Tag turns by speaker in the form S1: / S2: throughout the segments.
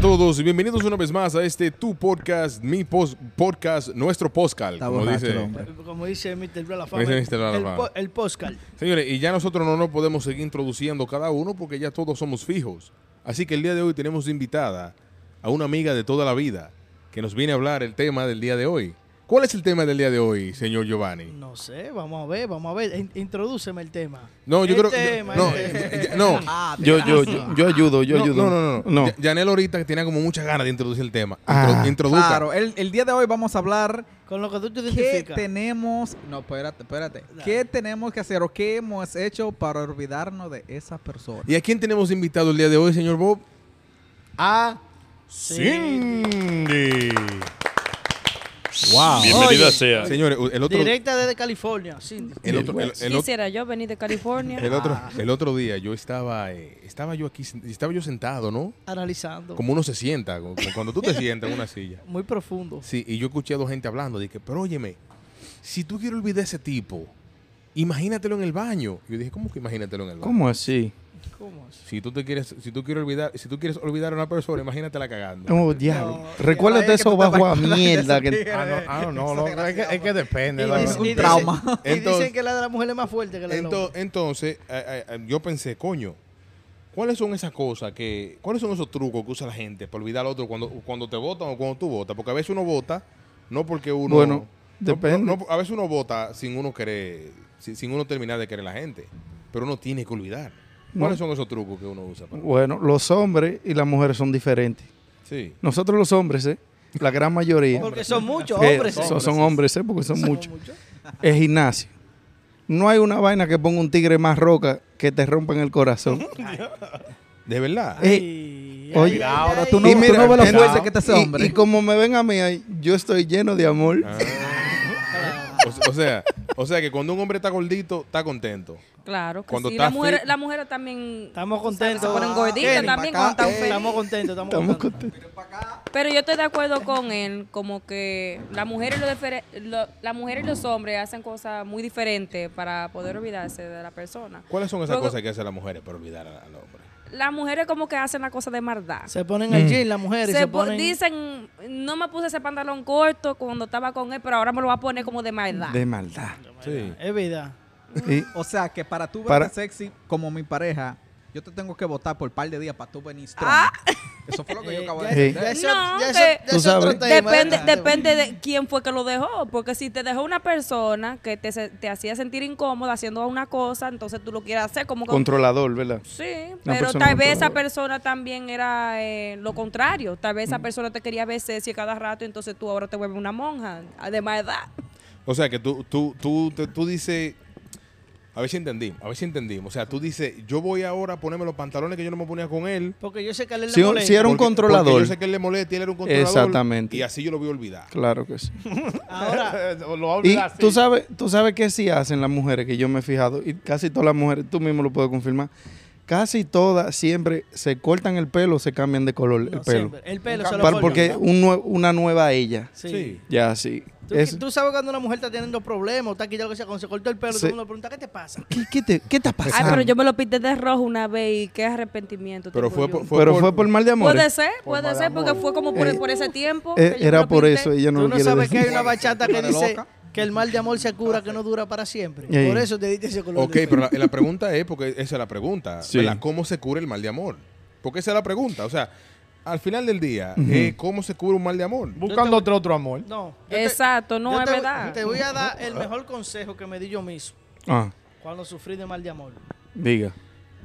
S1: todos y bienvenidos una vez más a este tu podcast, mi pos- podcast, nuestro podcast.
S2: Está
S1: Como
S2: borracho
S1: dice.
S2: el hombre.
S3: Como dice Mr. Blalafama.
S1: Como dice Mr. Blalafama.
S3: El, po- el postcal.
S1: Señores, y ya nosotros no nos podemos seguir introduciendo cada uno porque ya todos somos fijos. Así que el día de hoy tenemos invitada a una amiga de toda la vida que nos viene a hablar el tema del día de hoy. ¿Cuál es el tema del día de hoy, señor Giovanni?
S3: No sé, vamos a ver, vamos a ver. In- introdúceme el tema.
S1: No, yo
S3: El
S1: creo
S3: tema,
S1: no,
S3: el tema.
S1: ya- no.
S2: Ah,
S4: Yo, yo, yo, yo ayudo, yo
S1: no,
S4: ayudo.
S1: No, no, no. no. Ya- Yanel ahorita que tenía como muchas ganas de introducir el tema.
S4: Ah.
S1: Intro- introduzca.
S2: Claro, el, el día de hoy vamos a hablar
S3: Con lo que tú te
S2: qué
S3: identificas.
S2: tenemos. No, espérate, espérate.
S3: Dale.
S2: ¿Qué tenemos que hacer o qué hemos hecho para olvidarnos de esa persona?
S1: ¿Y a quién tenemos invitado el día de hoy, señor Bob?
S2: Ah,
S1: Cindy.
S2: wow.
S5: Bienvenida
S3: Oye.
S5: sea.
S1: Señores, el otro, el
S3: Directa desde California, Cindy.
S1: otro, el- el otro-
S6: Pues, Quisiera yo venir de California.
S1: el otro- el otro día yo estaba, eh, estaba yo aquí, sen- estaba yo sentado, ¿no?
S3: Analizando.
S1: Como uno se sienta, como cuando tú te sientas en una silla.
S3: Muy profundo.
S1: Sí, y yo escuché a dos gente hablando. Dije, pero óyeme, si tú quieres olvidar a ese tipo, imagínatelo en el baño. Yo dije, ¿cómo que imagínatelo en el baño?
S4: ¿Cómo así?
S3: ¿Cómo es?
S1: Si tú te quieres, si tú quieres olvidar, si tú quieres olvidar a una persona, imagínatela cagando.
S4: Oh, diablo.
S3: No,
S4: Recuérdate
S2: Ay, es que
S4: eso
S2: tú te
S4: bajo a
S2: vas acordar de
S4: mierda.
S2: ese
S4: Que...
S2: tigre.
S4: Ah, no, ah, no, no, es, que, es que
S3: Y,
S4: depende. la
S3: dice-
S4: verdad.
S3: y dice-
S2: trauma.
S3: y
S1: Entonces-
S3: dicen que la de la mujer es más fuerte que la del
S1: Ento-
S3: hombre.
S1: entonces, eh, eh, yo pensé, coño, ¿cuáles son esas cosas que, cuáles son esos trucos que usa la gente para olvidar al otro cuando, cuando te votan o cuando tú votas? Porque a veces uno vota, no porque uno...
S4: Bueno,
S1: no-
S4: depende.
S1: no- no- a veces uno vota sin uno querer, sin, sin uno terminar de querer a la gente, pero uno tiene que olvidar. ¿Cuáles son esos trucos que uno usa? para-
S4: Bueno, los hombres y las mujeres son diferentes.
S1: Sí.
S4: Nosotros los hombres, ¿eh? la gran mayoría,
S3: Porque son muchos
S4: eh,
S3: hombres.
S4: son,
S3: sí.
S4: son hombres, ¿eh? porque son
S3: Son
S4: muchos, es gimnasio. No hay una vaina que ponga un tigre más roca que te rompa en el corazón.
S1: ¿De verdad?
S3: Ah. Ay,
S4: Eh, oye,
S3: ay,
S2: Ahora
S3: ay,
S2: tú no,
S3: ay.
S4: Y mira,
S2: tú no ves la
S4: gente,
S2: fuerza que te hace
S4: y-
S2: hombre.
S4: Y, como me ven a mí, ahí, yo estoy lleno de amor.
S1: Ah. O, o sea, o sea que cuando un hombre está gordito, está contento.
S6: Claro, que
S1: Cuando
S6: sí.
S1: estás
S6: Las mujeres
S1: fit-
S6: la mujer también.
S3: Estamos contentos.
S6: Se ponen gorditas
S3: Kenny,
S6: también
S2: pa' acá,
S6: cuando están
S2: eh.
S6: felices.
S3: Estamos contentos, estamos,
S4: Estamos
S3: contentos.
S4: contentos.
S6: Pero yo estoy de acuerdo con él, como que las mujeres y los, difere- lo- las mujeres y los hombres hacen cosas muy diferentes para poder olvidarse de la persona.
S1: ¿Cuáles son esas
S6: Luego-
S1: cosas que hacen las mujeres para olvidar a- al hombre?
S6: Las mujeres como que hacen la cosa de maldad.
S3: Se
S4: Mm.
S3: ponen al gym las mujeres.
S6: Se
S3: se
S6: po-
S3: ponen-
S6: Dicen, no me puse ese pantalón corto cuando estaba con él, pero ahora me lo va a poner como de maldad.
S4: De maldad.
S1: Sí.
S3: Es verdad.
S4: Y-
S2: O sea, que para tú
S4: Para-
S2: verte sexy como mi pareja, yo te tengo que votar por un par de días para tú venir strong. Eso fue lo que yo
S3: Eh,
S2: acabo
S3: ya-
S2: de decir.
S4: Sí.
S3: ya eso-
S6: No,
S3: ya eso-
S6: que-
S3: ya
S4: Tú
S3: eso otro
S4: sabes.
S3: tema,
S6: Depende,
S3: ¿verdad?
S6: depende de quién fue que lo dejó, porque si te dejó una persona que te, se- te hacía sentir incómoda haciendo una cosa, entonces tú lo quieres hacer como que...
S4: Controlador, ¿verdad?
S6: sí,
S4: Una
S6: pero
S4: persona
S6: tal vez esa
S4: controladora.
S6: persona también era eh, lo contrario, tal
S4: Mm.
S6: vez esa persona te quería ver sexy a cada rato, entonces tú ahora te vuelves una monja, además de edad.
S1: O sea, que tú, tú, tú, te- tú dices, a ver si entendimos, a ver si entendimos. O sea, tú dices, yo voy ahora a ponerme los pantalones que yo no me ponía con él.
S3: Porque yo sé que a él le
S4: Si un-
S3: molesta.
S4: si era un-
S1: porque-
S4: controlador.
S1: porque yo sé que él le molesta y él era un controlador.
S4: Exactamente.
S1: Y así yo lo voy a olvidar.
S4: Claro que sí.
S3: Ahora,
S4: Y tú sabes, tú sabes que sí hacen las mujeres, que yo me he fijado, y casi todas las mujeres, tú mismo lo puedes confirmar, casi todas siempre se cortan el pelo, se cambian de color el
S3: no,
S4: pelo.
S3: siempre, el pelo
S1: Un
S3: se lo
S4: Pa-
S3: forma.
S4: porque un nue- una nueva ella.
S3: Sí.
S4: Ya, sí.
S3: ¿Tú,
S4: Es-
S3: tú sabes cuando una mujer está teniendo problemas, o está aquí ya lo que sea, cuando se cortó el pelo,
S4: Sí.
S3: todo el mundo le pregunta, ¿qué te pasa?
S4: ¿Qué, qué te, qué te ha pasado?
S6: Ay, pero yo me lo pinté de rojo una vez y qué arrepentimiento.
S1: Pero fue
S6: tengo yo.
S1: por,
S4: Pero fue por mal de amor.
S6: Puede ser, puede
S4: mal
S6: ser, porque fue como por,
S4: Eh,
S6: por ese tiempo. que yo me
S4: era
S6: lo
S4: por
S6: pinté.
S4: eso, ella no
S3: tú
S4: lo
S3: no
S4: quiere
S3: sabes que
S4: decir.
S3: hay una bachata que
S2: Madre
S3: dice
S2: loca.
S3: que el mal de amor se cura, que no dura para siempre.
S4: Ey.
S3: Por eso te diste ese color.
S1: Ok,
S3: de
S1: pero
S3: pelo.
S1: la, la pregunta es, porque esa es la pregunta,
S4: Sí.
S1: ¿verdad? ¿Cómo se cura el mal de amor? Porque esa es la pregunta. O sea, al final del día, eh, ¿cómo se cura un mal de amor?
S7: Buscando otro, otro amor.
S3: No. yo te-
S6: Exacto,
S3: yo
S6: no es
S3: te voy-
S6: verdad.
S3: Te voy a dar el mejor consejo que me di yo mismo
S4: Ah,
S3: cuando sufrí de mal de amor.
S4: diga.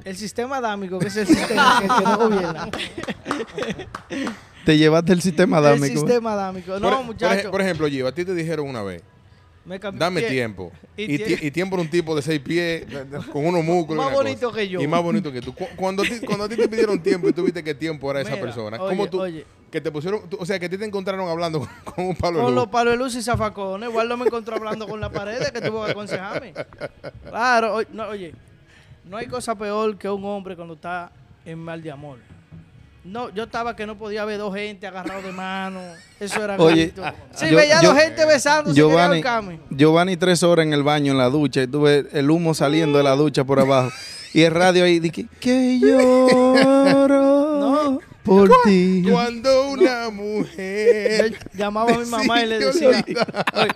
S3: El sistema adámico, que es el sistema que, que no gobierna.
S4: Te llevaste el sistema
S3: El
S4: adámico.
S3: sistema adámico.
S1: Por-
S3: No,
S1: por, ej-
S3: muchachos.
S1: por ejemplo, Gio, a ti te dijeron una vez, dame tiempo.
S3: y
S1: Y, ti-
S3: tie-
S1: y tiempo era un tipo de seis pies, con unos músculos. y
S3: Más
S1: una
S3: bonito
S1: cosa.
S3: que yo.
S1: Y más bonito que tú. Cu- Cuando a ti, cuando a ti te pidieron tiempo y tú viste que tiempo era esa
S3: Mira,
S1: persona,
S3: oye,
S1: ¿cómo tú?
S3: oye.
S1: Que te pusieron, tú- o sea, que a ti te encontraron hablando con, con un palo de
S3: Con los
S1: luz.
S3: palos de luz y zafacones. Waldo me encontró hablando con la pared de que tuvo que aconsejarme. Claro, o- no, oye, no hay cosa peor que un hombre cuando está en mal de amor. No, yo estaba que no podía ver dos gente agarrado de mano. Eso era
S4: Oye,
S3: grito. Sí,
S4: yo-
S3: veía
S4: yo-
S3: dos gente besándose.
S4: Giovanni,
S3: quería ahorcarme.
S4: Giovanni tres horas en el baño, en la ducha, y tú ves el humo saliendo de la ducha por abajo. Y el radio ahí, di que, que lloro.
S3: No.
S4: por ti.
S1: Cuando una mujer.
S3: Yo llamaba a mi mamá y le
S1: Decidió
S3: decía. Oye,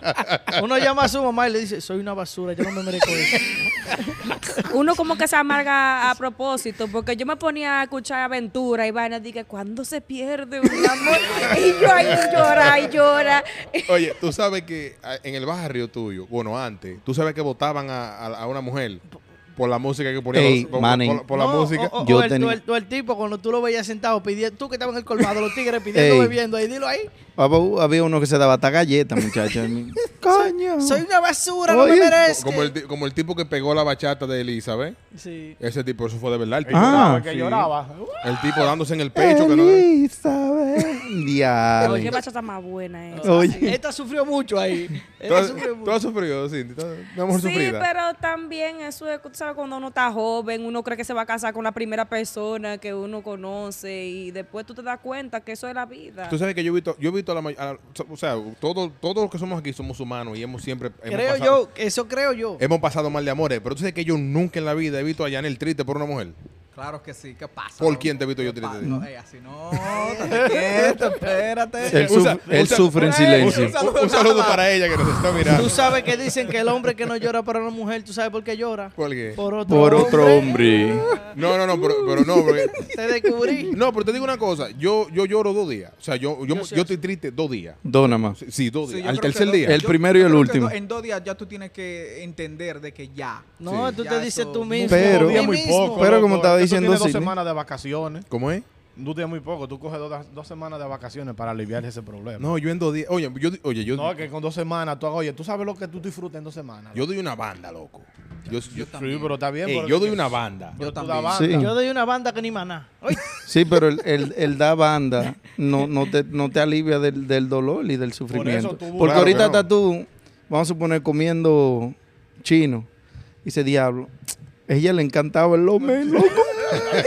S3: Uno llama a su mamá y le dice, soy una basura, yo no me merezco eso.
S6: Uno como que se amarga a propósito, porque yo me ponía a escuchar aventura y vaina, dije, ¿cuándo se pierde un amor? Y yo ahí llora y llora.
S1: Oye, tú sabes que ah, en el barrio tuyo, bueno, antes, tú sabes que votaban a, a- a una mujer por la música que ponía.
S4: Ey,
S1: los- por,
S4: Manny.
S1: por- por la
S3: No,
S1: música.
S3: O, o-
S4: Yo
S3: o el,
S4: tenía-
S3: o el- o el tipo, cuando tú lo veías sentado, pidiendo, tú que estabas en el colmado, los tigres pidiendo,
S4: Ey.
S3: bebiendo, ahí dilo ahí.
S4: Había Ah, pues, uh, había uno que se daba hasta galleta, muchacho. Coño.
S3: Soy una basura, no
S4: Oye,
S3: me merezco.
S1: como, el, ti- como el tipo que pegó la bachata de Elizabeth.
S3: Sí.
S1: Ese tipo, eso fue de verdad. El tipo,
S4: Ah,
S5: que lloraba.
S1: el tipo dándose en el pecho. que no-
S4: Elizabeth.
S1: Ah,
S4: Diablo.
S6: Oye, qué bachata más buena es.
S4: Oye.
S3: Esta sufrió mucho ahí.
S1: ¿Tú
S3: Esta
S1: has,
S3: sufrió
S1: tú
S3: mucho.
S1: has sufrido, Cindy? ¿Tú has- Una mujer
S6: Sí,
S1: sufrida.
S6: pero también eso es, tú sabes, cuando uno está joven, uno cree que se va a casar con la primera persona que uno conoce y después tú te das cuenta que eso es la vida.
S1: Tú sabes que yo he visto, yo he visto a la may- a- o sea, todos todos los que somos aquí somos humanos y hemos siempre hemos
S3: Creo
S1: pasado,
S3: yo, eso creo yo.
S1: hemos pasado mal de amores, pero tú sabes que yo nunca en la vida he visto a Janel triste por una mujer.
S2: Claro que sí, ¿qué pasa?
S1: ¿Por
S2: loco?
S1: quién te he visto yo
S2: ¿Qué
S1: triste?
S2: pasa? No, ey, así no, estate quieto, espérate.
S4: Él,
S1: Usa-
S4: suf- él
S1: usa-
S4: sufre en
S2: usa-
S4: silencio.
S2: usa-
S1: Un, un saludo para ella que nos está mirando.
S3: Tú sabes que dicen que el hombre que no llora para una mujer, ¿tú sabes por qué llora?
S1: ¿Cuál que?
S3: Por otro
S4: Por otro hombre.
S1: No, no, no, pero, pero no, porque-
S3: Te descubrí.
S1: no, pero te digo una cosa, yo yo lloro dos días, o sea, yo yo,
S3: Yo
S1: yo,
S3: sí,
S1: estoy triste dos días,
S4: Dona más.
S1: sí, sí, dos
S2: Sí,
S1: días,
S2: yo
S1: al
S2: creo que
S1: tercer
S2: lo-
S1: día.
S4: El
S2: yo-
S4: primero y
S2: yo
S4: el
S2: creo
S4: último.
S2: que en dos días ya tú tienes que entender de que ya.
S3: No,
S1: Sí.
S3: tú te
S2: Ya
S3: dices
S2: eso-
S3: tú mismo.
S4: Pero-
S5: Un día
S3: a mí
S5: muy
S3: mismo.
S5: poco.
S4: Pero como
S5: loco.
S4: estaba
S5: Tú
S4: diciendo
S5: tienes dos
S4: Sidney.
S5: semanas de vacaciones.
S1: ¿Cómo es?
S5: Un día muy poco. Tú coges dos, dos semanas de vacaciones para aliviar ese problema.
S1: No, yo en dos días, oye, yo oye, yo
S5: No, que con dos semanas tú hagas, oye, tú sabes lo que tú disfrutas en dos semanas.
S1: yo doy una banda, loco. Yo, yo,
S5: Sí, pero está bien.
S1: ey,
S5: pero
S1: yo
S5: que-
S1: doy una banda.
S2: Yo
S5: pero tú
S2: también.
S5: dabas-
S4: Sí.
S3: Yo doy una banda que ni maná. Oye,
S4: Sí, pero el, el- el da banda no, no, te, no te alivia del, del dolor y del sufrimiento.
S5: eso tú-
S4: Porque
S1: Claro que
S4: ahorita
S1: no.
S4: estás tú, vamos a suponer, comiendo chino. Y ese diablo, ella le encantaba el lomen, loco.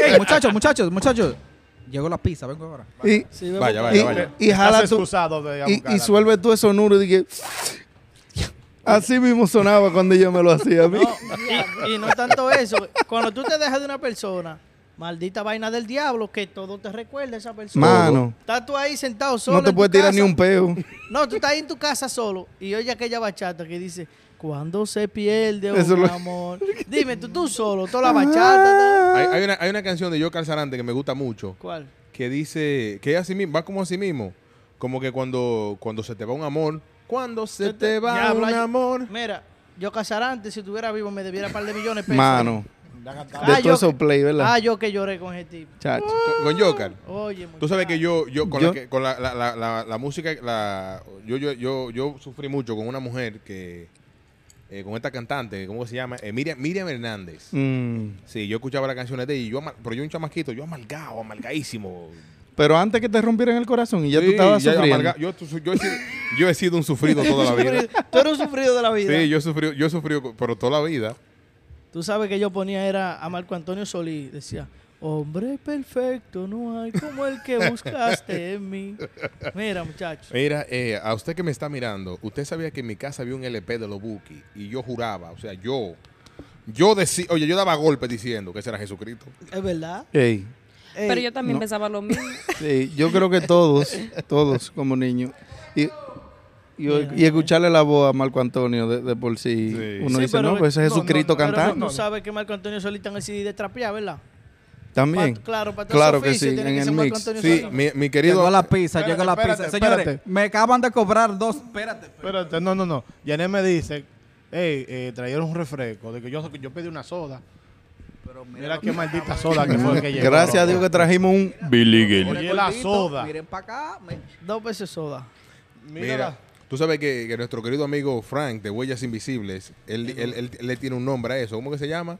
S2: Ey, muchachos, muchachos, muchachos. Llegó la pizza, vengo ahora.
S4: Y,
S3: sí, ve
S1: Vaya,
S3: por-
S1: vaya,
S4: y-
S1: vaya.
S4: y jala
S5: Estás
S4: tú,
S5: excusado de
S4: y,
S5: abocar
S4: y
S5: a-
S4: suelve tú eso nuro y dije... Así mismo sonaba cuando ella me lo hacía a mí.
S3: No, y, y no tanto eso. Cuando tú te dejas de una persona, maldita vaina del diablo, que todo te recuerda a esa persona.
S4: Mano,
S3: Estás tú ahí sentado solo.
S4: no te
S3: en tu
S4: puedes tirar ni
S3: casa.
S4: un peo.
S3: No, tú estás ahí en tu casa solo y oye aquella bachata que dice, cuando se pierde
S4: Eso
S3: un
S4: lo-
S3: amor. Dime, tú, tú solo, toda la bachata.
S1: Hay, hay una, hay una canción de Joe Calzarante que me gusta mucho,
S3: ¿Cuál?
S1: que dice que es así mismo, va como así mismo, como que cuando cuando se te va un amor, cuando se te va
S3: Ya,
S1: un
S3: Blayo-
S1: amor.
S3: Mira, yo casarante, si estuviera vivo, me debiera un par de millones de pesos.
S4: Mano,
S5: Ya gastaba.
S4: de
S3: Ah, yo-
S4: todo eso play, ¿verdad?
S3: Ah, yo que lloré con ese tipo.
S4: Chacho.
S1: Con, con Joker.
S3: Oye,
S1: Tú sabes que yo yo con
S4: Yo-
S1: la que- con la, la- la- la- la música la yo yo yo yo sufrí mucho con una mujer que eh, con esta cantante, ¿cómo se llama? Eh, Miriam, Miriam Hernández.
S4: Mm.
S1: Sí, yo escuchaba las canciones de ella y yo, ama- pero yo un chamaquito, yo amargado, amargadísimo.
S4: Pero antes que te rompieran el corazón y ya tú
S1: Sí,
S4: estabas
S1: ya
S4: sufriendo.
S1: amarga- yo, yo he sido- yo he sido un sufrido toda la vida.
S3: Tú eres un sufrido de la vida.
S1: Sí, yo he sufrido, yo he sufrido, co- pero toda la vida.
S3: Tú sabes que yo ponía era a Marco Antonio Solís, decía, hombre perfecto, no hay como el que buscaste en mí. Mira, muchachos.
S1: Mira, eh, a usted que me está mirando, usted sabía que en mi casa había un LP de los Buki y yo juraba, o sea, yo, yo decía, oye, yo daba golpes diciendo que ese era Jesucristo.
S3: Es verdad.
S4: Ey,
S3: Ey,
S6: Pero yo también
S4: no.
S6: pensaba lo mismo.
S4: sí, yo creo que todos, todos como niños. Y, y,
S3: Mira,
S4: y escucharle la voz a Marco Antonio de, de por sí.
S1: Sí.
S4: Uno
S3: Sí,
S4: dice,
S3: pero-
S4: no, pues ese es
S5: no,
S4: Jesucristo
S5: no, no, pero
S3: pero
S4: cantando.
S3: tú sabes que Marco Antonio Solís está en el CD de trapear, ¿verdad?
S4: También.
S3: Pa- claro, para todo
S4: Claro
S3: ese
S4: que sí,
S3: oficio tiene
S4: en
S3: que
S4: el
S3: ser Marco
S4: mix.
S3: Antonio
S1: Sí,
S3: Solís.
S1: mi, mi
S2: Llegó
S1: querido,
S2: la pizza,
S5: Espérate,
S2: llegó la pizza.
S5: espérate,
S2: Señores,
S5: espérate.
S2: me acaban de cobrar dos. Espérate. espérate.
S5: Espérate, este, no, no, no. Yané me dice, hey, eh, trajeron un refresco. De que yo, yo pedí una soda.
S2: Pero mira
S5: Mira
S2: lo
S5: qué
S2: que-
S5: maldita soda que fue que llegó.
S4: Gracias a Dios que trajimos un Billy Gil.
S5: Oye, la
S2: Gordito,
S5: soda.
S2: Miren para acá. me-
S3: Dos veces soda.
S1: mira,
S5: Mira.
S1: tú sabes que, que nuestro querido amigo Frank de Huellas Invisibles, él, él- él- él le tiene un nombre a eso, ¿cómo que se llama?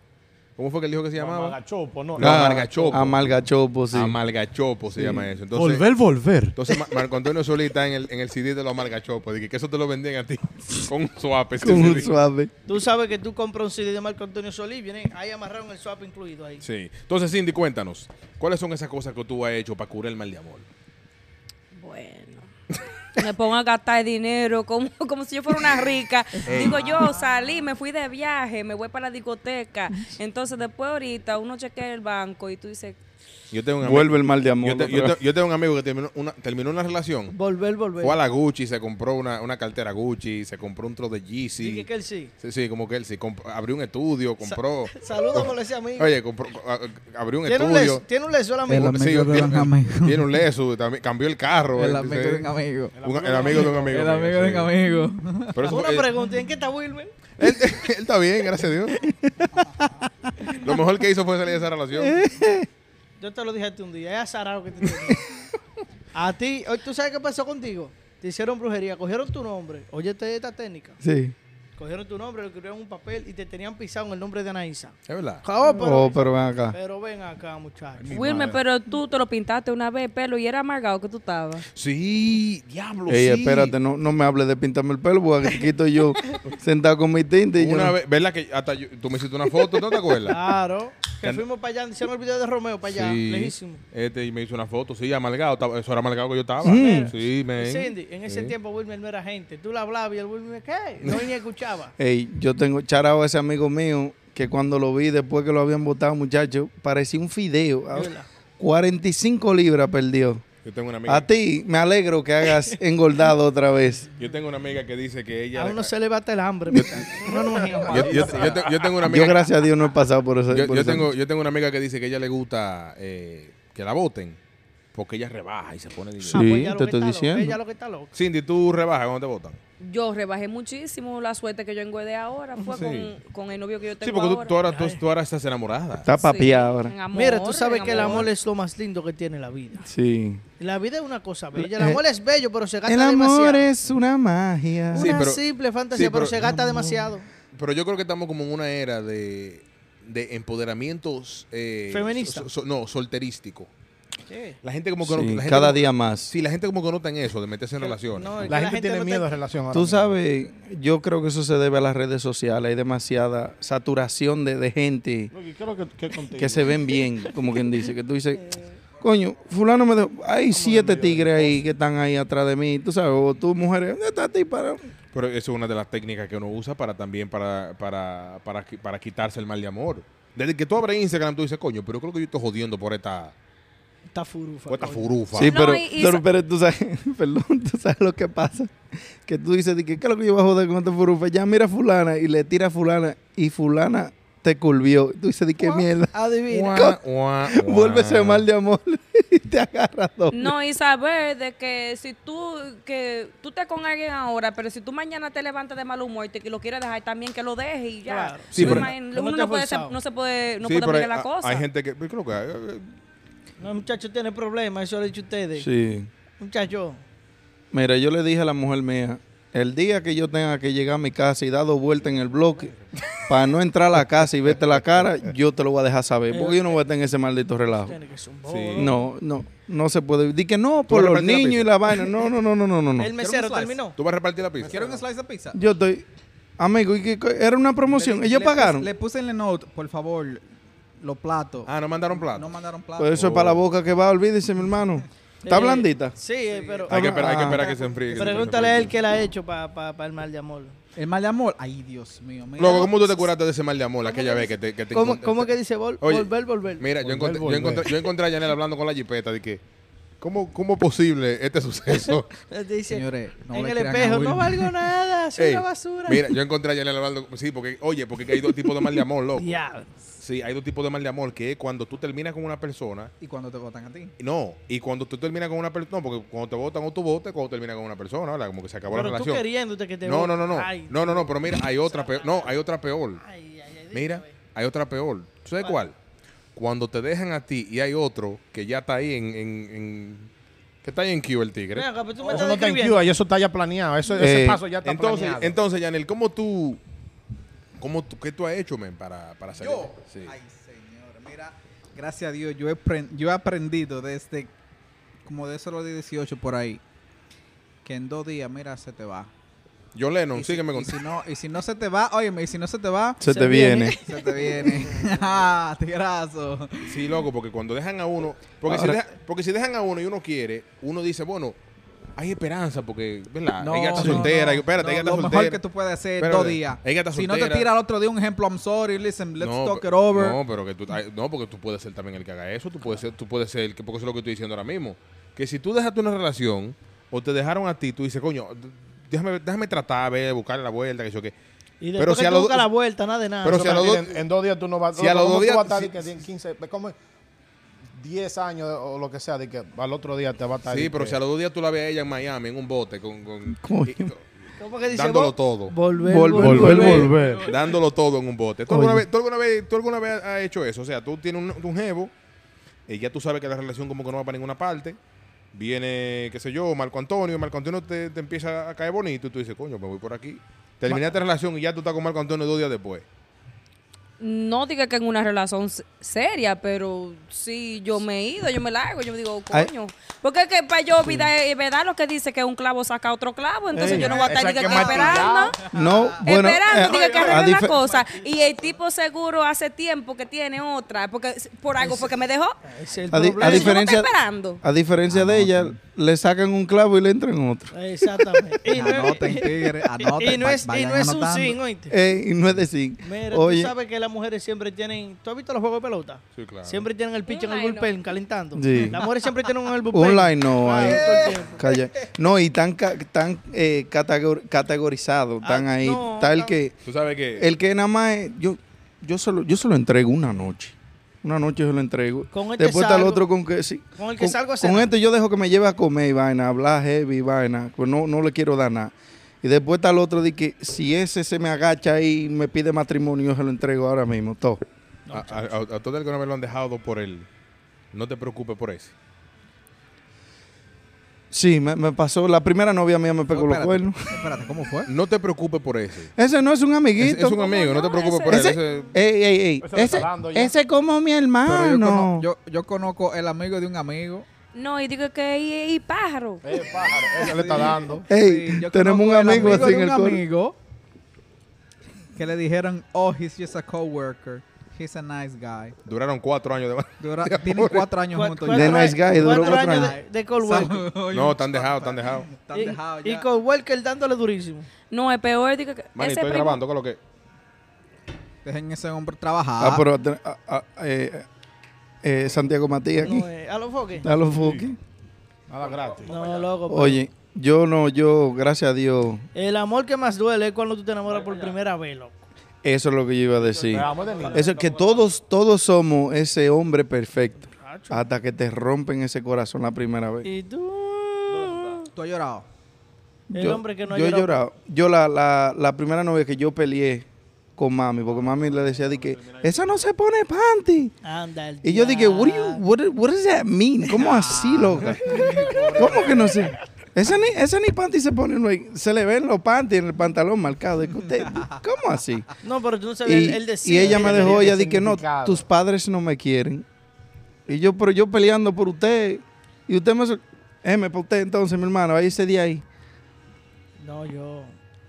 S1: ¿Cómo fue que él dijo que se llamaba?
S5: Magachopo, no.
S1: No,
S5: Ah,
S1: Amargachopo.
S4: Amargachopo, sí.
S1: Amalgachopo se llama eso. Entonces,
S5: Volver, volver.
S1: entonces Mar- Marco Antonio Solís está en el, en el CD de los Amalgachopos, dije que eso te lo vendían a ti con un swap. ese
S4: Con un
S1: CD.
S4: suave.
S3: Tú sabes que tú compras un CD de Marco Antonio Solís, viene ahí amarrado en el swap incluido ahí.
S1: Sí. Entonces, Cindy, cuéntanos, ¿cuáles son esas cosas que tú has hecho para curar el mal de amor?
S6: Bueno. Me pongo a gastar dinero como, como si yo fuera una rica. Digo yo, salí, me fui de viaje, me voy para la discoteca. Entonces después ahorita uno chequea el banco y tú dices,
S1: Yo tengo un amigo,
S4: Vuelve el mal de amor.
S1: yo, te- yo
S4: otra
S1: te- yo tengo un amigo que terminó una, terminó una relación.
S3: Volver,
S1: Fue a
S3: volver.
S1: la Gucci, se compró una, una cartera Gucci, se compró un tro de Yeezy.
S3: Dije que él sí.
S1: Sí, sí, como que él sí. comp- abrió un estudio, compró.
S3: Saludos por ese amigo.
S1: Oye, compró- co- a- abrió un
S3: tiene, un
S1: estudio.
S3: les, tiene un leso el
S1: Sí,
S3: amigo.
S2: El amigo de un amigo.
S1: tiene un leso, también cambió el carro.
S2: El
S1: eh,
S2: amigo
S1: dice,
S2: de un amigo.
S1: un- el amigo de un amigo.
S2: El
S1: mío,
S2: amigo de
S1: sí.
S2: un amigo.
S1: Pero eso-
S3: Una
S1: eh,
S3: pregunta, ¿y en qué está Wilmer?
S1: él, él está bien, gracias a Dios. Lo mejor que hizo fue salir de esa
S3: ¿Eh?
S1: relación.
S3: Yo te lo dije a ti un día, es azarado que te tiene. A ti, hoy tú sabes qué pasó contigo. Te hicieron brujería, cogieron tu nombre. Óyete esta técnica.
S4: Sí.
S3: Cogieron tu nombre, lo escribieron en un papel y te tenían pisado en el nombre de Anaísa.
S1: Es verdad.
S3: Oh, pero,
S4: Oh, pero ven acá.
S3: pero ven acá, muchachos.
S6: Wilmer, pero tú te lo pintaste una vez pelo y era amargado que tú estabas.
S1: Sí, diablo,
S4: Ey,
S1: sí.
S4: espérate, no, no me hables de pintarme el pelo, porque aquí estoy yo sentado con mi tinte y yo.
S1: Una vez, ¿verdad que hasta yo- tú me hiciste una foto, ¿no te
S3: Ah,
S1: acuerdas?
S3: Claro. Que
S1: Can-
S3: fuimos para allá, hicieron el video de Romeo para allá,
S1: Sí.
S3: pues lejísimo.
S1: Este, y me hizo una foto, sí, amalgado. estaba- Eso era amalgado que yo estaba. Sí, men.
S3: Cindy, en ese
S1: Sí.
S3: tiempo Wilmer no era gente. Tú la hablabas y el Wilmer, ¿qué? No ni escuchaba.
S4: Ey, yo tengo charado a ese amigo mío que cuando lo vi después que lo habían votado, muchacho, parecía un fideo. Ah, 45 libras perdió.
S1: Yo tengo una amiga.
S4: A ti me alegro que hagas engordado otra vez.
S1: Yo tengo una amiga que dice que ella.
S3: A uno se le bate el hambre. muchacho. Uno no es
S1: yo,
S3: igual.
S1: yo- yo te- yo tengo una amiga.
S4: Yo, gracias a Dios, no he pasado por eso.
S1: yo-
S4: por
S1: yo
S4: eso.
S1: tengo, yo tengo una amiga que dice que ella le gusta eh, que la voten porque ella rebaja y se pone dinero.
S4: Sí,
S3: ella Ah, pues lo que
S4: te estoy
S3: está loca,
S4: diciendo.
S3: Ella lo que está loca.
S1: Cindy, tú rebajas cuando te votan.
S6: Yo rebajé muchísimo la suerte que yo engordé ahora. Fue
S1: Sí.
S6: con, con el novio que yo tengo
S1: Sí, porque tú,
S6: ahora.
S1: tú ahora, tú, tú ahora estás enamorada.
S4: Está papiá
S6: Sí,
S4: ahora.
S6: en amor,
S3: Mira, tú sabes
S6: en
S3: que el amor es lo más lindo que tiene la vida.
S4: Sí.
S3: La vida es una cosa bella. El
S4: Eh,
S3: amor es bello, pero se gasta
S4: El amor
S3: demasiado.
S4: es una magia.
S1: Sí,
S3: una
S1: pero-
S3: simple fantasía,
S1: sí, pero-
S3: pero, se gasta demasiado.
S1: Pero yo creo que estamos como en una era de, de empoderamientos. eh,
S3: Feminista.
S1: so- so- no, solterístico.
S3: Sí.
S1: La gente como que no-
S4: Sí,
S1: la gente
S4: cada
S1: como-
S4: día más.
S1: Sí, la gente como que no está en eso de meterse en relaciones.
S3: No, es que
S5: La gente tiene
S3: no
S5: miedo a
S3: te-
S5: relación ahora
S4: Tú
S5: mismo.
S4: sabes, yo creo que eso se debe a las redes sociales. Hay demasiada saturación de, de gente
S5: Lucky, ¿qué es lo que- qué contigo?
S4: que se ven bien, como quien dice. Que tú dices, coño, fulano me dejó. Hay siete tigres ahí que están ahí atrás de mí. Tú sabes, o tú, mujeres, ¿dónde está ti para?
S1: Pero eso es una de las técnicas que uno usa para también para, para, para, qui- para quitarse el mal de amor. Desde que tú abres Instagram, tú dices, coño, pero yo creo que yo estoy jodiendo por esta,
S3: Está furufa.
S1: por esta
S3: coño.
S1: furufa.
S4: Sí,
S6: No,
S4: pero,
S6: y- y
S4: pero,
S6: sa-
S4: pero tú sabes, perdón, tú sabes lo que pasa. Que tú dices, de que, ¿qué es lo que yo voy a joder con este furufa? Ya mira a fulana y le tira a fulana y fulana te curvió. Tú dices, de qué mierda.
S3: Adivina.
S1: Guá, guá, guá.
S4: Vuelve ese mal de amor y te agarra dos.
S6: No, y saber de que si tú que tú estás con alguien ahora, pero si tú mañana te levantas de mal humor y te, y lo quieres dejar también que lo dejes y ya.
S3: Claro.
S1: Sí,
S6: Uno
S1: pero-
S6: imagina-
S3: Que no
S6: uno
S3: te ha
S6: no puede ser-
S3: forzado.
S6: no se puede no
S1: Sí,
S6: puede
S1: pero hay,
S6: mirar la cosa.
S1: hay gente que... yo creo que eh,
S3: No, muchacho, tiene problemas, eso lo he dicho ustedes.
S4: Sí.
S3: Muchacho,
S4: Mira, yo le dije a la mujer mía, el día que yo tenga que llegar a mi casa y dar dos vueltas en el bloque para no entrar a la casa y verte la cara, yo te lo voy a dejar saber, porque yo no voy a estar en ese maldito relajo.
S3: tiene que ser un bobo.
S1: Sí.
S4: No, no, no se puede. Di que no, por los
S1: repartir la
S4: niños y
S1: pizza?
S4: la vaina. No, no, no, no, no, no. no.
S3: El mesero
S2: slice.
S3: terminó.
S1: tú vas a repartir la pizza.
S2: ¿Quieren un slice de pizza?
S4: Yo estoy... Amigo, ¿y qué co- era una promoción.
S2: Le-
S4: Ellos
S2: le
S4: pagaron.
S2: puse- Le puse en la note, por favor, los platos.
S1: Ah, no mandaron plato.
S2: No mandaron platos.
S4: Pues eso es para la boca que va, olvídese, mi hermano. Está
S3: Eh,
S4: blandita.
S3: Sí, eh, pero.
S1: hay, que esperar, hay que esperar
S2: Ah.
S1: que se enfríe. que se enfríe,
S3: Pregúntale
S1: se
S3: a él
S1: enfríe.
S3: qué le ha hecho para el mal de amor.
S2: El mal de amor. Ay, Dios mío. mira.
S1: Loco, ¿cómo tú te curaste de ese mal de amor aquella vez que te... Que te
S3: ¿Cómo,
S1: encont-
S3: cómo que dice vol-
S1: Oye,
S3: volver, volver?
S1: Mira, yo
S5: Volver,
S1: encontré, yo,
S5: volver.
S1: encontré, yo encontré a Yanel hablando con la jipeta de que... ¿Cómo, ¿Cómo posible este suceso?
S3: Eh, dice,
S2: Señores, no
S3: en
S2: le
S3: el
S2: crean a
S3: espejo,
S2: Wilmer.
S3: no valgo nada, soy
S1: Ey,
S3: una basura.
S1: Mira, yo encontré a Yanel hablando... Sí, porque... Oye, porque hay dos tipos de mal de amor, loco.
S3: Diablo.
S1: Sí, hay dos tipos de mal de amor, que es cuando tú terminas con una persona,
S2: ¿Y cuando te votan a ti?
S1: no, y cuando tú terminas con una persona, no, porque cuando te votan o tú votas, cuando terminas con una persona, ¿verdad? Como que se acabó
S3: Pero
S1: la
S3: tú
S1: relación.
S3: queriéndote que te
S1: no,
S3: voten.
S1: no, no, no.
S3: Ay,
S1: No, no, no, pero mira, hay otra peor. No, hay otra peor.
S3: ay, ay, ay, dime,
S1: Mira,
S3: güey.
S1: hay otra peor. ¿Tú sabes cuál? Cuando te dejan a ti y hay otro que ya está ahí en... en- en- que está ahí en queue el tigre.
S3: Ven acá, pero tú me
S5: Eso
S3: estás
S5: no está en
S3: describiendo.
S5: queue, ahí eso está ya planeado. Eso, ese
S4: Eh,
S5: paso ya está
S1: Entonces,
S5: planeado.
S1: entonces, Yanel, ¿cómo tú... ¿Cómo tú, ¿Qué tú has hecho, men, para, para salir?
S2: Yo.
S1: Sí.
S2: Ay, señor. Mira, gracias a Dios, yo he, pren- yo he aprendido desde como de eso los 18 por ahí. Que en dos días, mira, se te va.
S1: Yo, Lennon,
S2: y si,
S1: sígueme
S2: y
S1: con...
S2: si no, y si no se te va, óyeme, y si no se te va,
S4: Se
S3: Se
S4: te
S3: viene.
S4: viene.
S2: se te viene. ¡Ah, tigrazo!
S1: Sí, loco, porque cuando dejan a uno, porque, si
S4: Ahora-
S1: deja- porque si dejan a uno y uno quiere, uno dice, bueno, hay esperanza porque, ¿verdad?
S2: No,
S1: Ah, ella está
S2: no,
S1: soltera.
S2: no.
S1: y- espérate,
S2: No,
S1: ella está
S2: lo
S1: soltera.
S2: mejor que tú puedes hacer
S1: Espérate,
S2: dos días.
S1: ella está
S2: si no te
S1: soltera.
S2: tira al otro día un ejemplo, I'm sorry, listen, let's
S1: No,
S2: talk
S1: pe-
S2: it over.
S1: No, pero que tú, ay, no, porque tú puedes ser también el que haga eso. Tú puedes ser, tú puedes ser el que, porque eso es lo que estoy diciendo ahora mismo. Que si tú dejaste una relación o te dejaron a ti, tú dices, coño, déjame, déjame tratar, a ver, buscar la vuelta, que yo qué.
S3: Y
S1: Pero
S3: después
S1: si
S3: que
S1: a
S3: tú
S1: los
S3: buscas
S1: dos-
S3: la vuelta, nada de nada.
S1: Pero
S3: Eso
S1: si a
S3: para-
S1: los
S5: Martín,
S1: dos-
S5: en, en dos días tú no vas
S1: si a los
S5: ¿cómo
S1: dos
S5: tú
S1: días-
S5: vas a estar
S1: si-
S5: de que en 15, ¿cómo es? 10 años o lo que sea, de que al otro día te va a estar.
S1: Sí,
S5: de
S1: pero
S5: que-
S1: si a los dos días tú la ves a ella en Miami, en un bote, con, con-
S4: Coño.
S1: y-
S3: ¿Cómo que dice?
S1: dándolo
S3: Vol-
S1: todo.
S3: Volver,
S4: Vol-
S3: volver,
S4: volver,
S3: volver.
S1: dándolo todo en un bote. ¿Tú alguna,
S4: Oye.
S1: vez, tú, alguna vez, ¿Tú alguna vez has hecho eso? O sea, tú tienes un, un jevo, eh, ya tú sabes que la relación como que no va para ninguna parte. Viene, qué sé yo, Marco Antonio, y Marco Antonio te, te empieza a caer bonito y tú dices, coño, me voy por aquí. Terminaste la relación y ya tú estás con Marco Antonio dos días después.
S6: No diga que en una relación se- seria, pero sí, yo me he ido, yo me largo, yo me digo,
S4: Ay.
S6: coño. Porque es que para yo, vida, es verdad lo que dice que un clavo saca otro clavo, entonces
S5: Ey,
S6: yo no voy a estar
S5: esa
S6: diga,
S5: que
S6: que
S5: martillao.
S6: esperando.
S4: No, bueno.
S6: esperando,
S4: eh,
S6: diga que
S4: a
S6: arregle la
S4: dife-
S6: cosa. Y el tipo seguro hace tiempo que tiene otra, porque por algo fue que me dejó.
S3: Es el
S4: A, di- a
S3: problema.
S4: diferencia,
S6: esperando.
S4: a
S3: Ah,
S4: diferencia de ella, le sacan un clavo y le entran otro.
S3: Exactamente. Y no,
S2: Anoten, tigre, anoten.
S3: y no
S2: va-
S3: es, y
S2: vayan
S3: no es un
S2: anotando.
S3: sin, oíste.
S4: Eh, y no es decir.
S3: Mira,
S4: Oye,
S3: tú sabes que las mujeres siempre tienen. ¿Tú has visto los juegos de pelota?
S1: Sí, claro.
S3: Siempre tienen el pitch en el
S6: Online,
S3: bullpen calentando.
S4: Sí.
S3: Las mujeres siempre tienen el bullpen.
S4: online no hay.
S3: Claro, todo el tiempo.
S4: Calla. No, y tan, ca- tan eh, categor- categorizado, tan
S3: Ah,
S4: ahí,
S3: no,
S4: tal
S3: tan-
S4: que
S1: Tú sabes que...
S4: el que nada más es- yo yo solo yo se lo entrego una noche. Una noche yo lo entrego.
S3: Con este el que
S4: Después está el
S3: salgo-
S4: otro con que sí.
S3: con el que salgo a
S4: Con
S3: cenar.
S4: este yo dejo que me lleve a comer y vaina, a hablar heavy y vaina, pues no no le quiero dar nada. Y después está el otro de que si ese se me agacha y me pide matrimonio, yo se lo entrego ahora mismo, todo.
S1: a, a, a- a todo el que no me lo han dejado por él. No te preocupes por ese.
S4: Sí, me, me pasó. La primera novia mía me pegó
S2: Oh,
S4: los
S2: espérate,
S4: cuernos.
S2: Espérate, ¿cómo fue?
S1: No te preocupes por ese.
S4: Ese no es un
S1: Es,
S4: amiguito.
S1: es un amigo, no te
S6: no?
S1: preocupes
S6: Ese-
S1: por él.
S4: Ese-
S1: ese-
S4: Ey, ey, ey.
S5: Ese lo está
S4: Ese,
S5: dando ya.
S4: ese como mi
S2: Pero yo,
S4: hermano.
S2: cono- yo, yo conozco el amigo de un amigo.
S6: No, y digo que y, y pájaro.
S5: Eh, pájaro, eso le está dando.
S4: Ey,
S2: Sí, yo
S4: tenemos un
S2: conozco el
S4: amigo así
S2: de
S4: en
S2: un
S4: el coro.
S2: amigo que le dijeron, oh, he's just a coworker. He's a nice guy.
S1: Duraron cuatro años de...
S2: Dura- tienen cuatro años
S3: Cua-
S2: juntos.
S3: cuatro
S4: De
S2: ya.
S4: nice
S3: años-
S4: guy, duró
S3: cuatro
S4: cuatro
S3: años
S2: años.
S3: de, de Coldwell.
S1: No, están dejados, están dejados.
S2: Están dejados
S3: Y, y
S2: ya.
S3: Coldwell dándole durísimo.
S6: No, es peor, digo que
S1: Mani,
S6: ese
S1: estoy
S6: primo-
S1: grabando con lo que...
S2: Dejen ese hombre trabajar.
S4: Ah, pero atre- ah, ah, eh, eh, Santiago Matías aquí.
S3: No, eh, a los foques.
S4: A los foques.
S5: Nada gratis.
S3: No, loco. pero
S4: Oye, yo no, yo, gracias a Dios,
S3: El amor que más duele es cuando tú te enamoras por primera vez, loco.
S4: eso es lo que yo iba a decir.
S5: Pero vamos de mí.
S4: Eso es que todos, todos somos ese hombre perfecto. Hasta que te rompen ese corazón la primera vez.
S3: Y tú.
S2: Tú has llorado.
S3: El hombre que no ha
S4: yo he
S3: llorado.
S4: llorado. Yo la, la, la primera novia que yo peleé con mami, porque mami le decía de que esa no se pone panty.
S3: Anda, el
S4: Y yo dije, what, do you,
S3: diablo.
S4: what, what does that mean? ¿Cómo así, loca? ¿Cómo que no sé? Esa ni, esa ni panty se pone, no hay- se le ven los panties en el pantalón marcado. Es que usted- ¿Cómo así?
S3: No, pero tú no sabes,
S4: Y,
S3: él
S4: y
S3: decía.
S4: ella me dejó,
S5: el
S4: ella dije, no,
S5: significado.
S4: tus padres no me quieren. Y yo, pero yo peleando por usted. Y usted me... sol- M, para usted entonces, mi hermano, ahí ese día ahí.
S3: No, yo.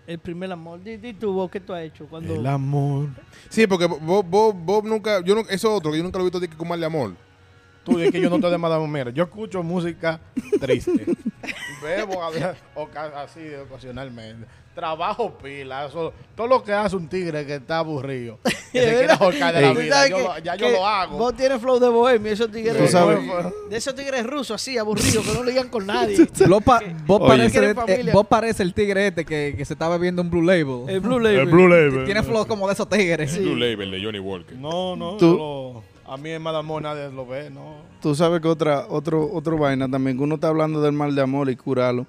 S3: El primer amor. Di, di tú, vos, ¿qué tú has hecho? Cuando...
S5: El amor.
S1: Sí, porque Bob, Bob, Bob nunca, yo nu- eso es otro, que yo nunca lo he visto de que con mal de amor.
S5: Tú es que yo no te demandamos, mira, yo escucho música triste. Bebo a veces, oca- así ocasionalmente. Trabajo pila, eso- todo lo que hace un tigre que está aburrido. Que se quiere ahorcar de la
S4: Ey.
S3: Tú
S5: vida.
S3: sabes
S5: yo
S3: que-
S5: lo- ya yo
S3: que
S5: lo hago.
S3: Vos tienes flow de bohemio, esos tigres.
S4: Tú sabes.
S3: De esos tigres rusos así, aburridos, que no ligan con nadie.
S2: Lo pa- vos,
S4: Oye.
S2: parece,
S3: Quieren
S2: eh,
S3: familia.
S2: vos parece el tigre este que, que se estaba bebiendo un Blue Label.
S3: El Blue Label.
S2: Tiene flow como de esos tigres.
S1: Label de Johnny Walker.
S5: No, no,
S4: Tú-
S5: yo lo- a mí en Madamor nadie lo ve, no.
S4: Tú sabes que otra, otro, otro vaina también, que uno está hablando del mal de amor y curarlo.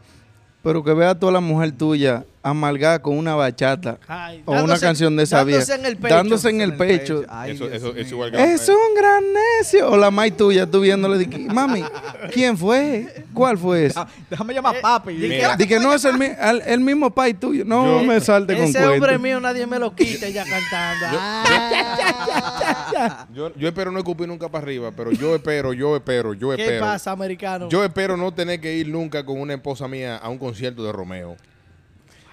S4: Pero que vea a toda la mujer tuya amargada con una bachata
S3: Ay,
S4: o una
S3: dándose-
S4: canción de esa
S3: dándose
S4: vieja,
S3: en el pecho.
S4: Dándose en el pecho. Ah,
S2: Ay,
S1: eso,
S2: Dios
S1: eso, es
S2: mío.
S1: igual que
S4: Es un gran necio. O la mai tuya, tú viéndole, di que, mami, ¿quién fue? ¿Cuál fue ese?
S2: Ah, Déjame llamar
S3: Eh,
S2: a papi.
S1: Mira.
S4: Eh, Di que no es el, mi- al- el mismo pai tuyo. No
S1: Yo-
S4: me salte con
S3: Ese
S4: cuento.
S3: hombre mío nadie me lo quita ya cantando. Ah,
S1: yo, yo espero no escupir nunca para arriba, pero yo espero, yo espero, yo
S3: ¿Qué
S1: espero.
S3: pasa, americano?
S1: Yo espero no tener que ir nunca con una esposa mía a un concierto de Romeo.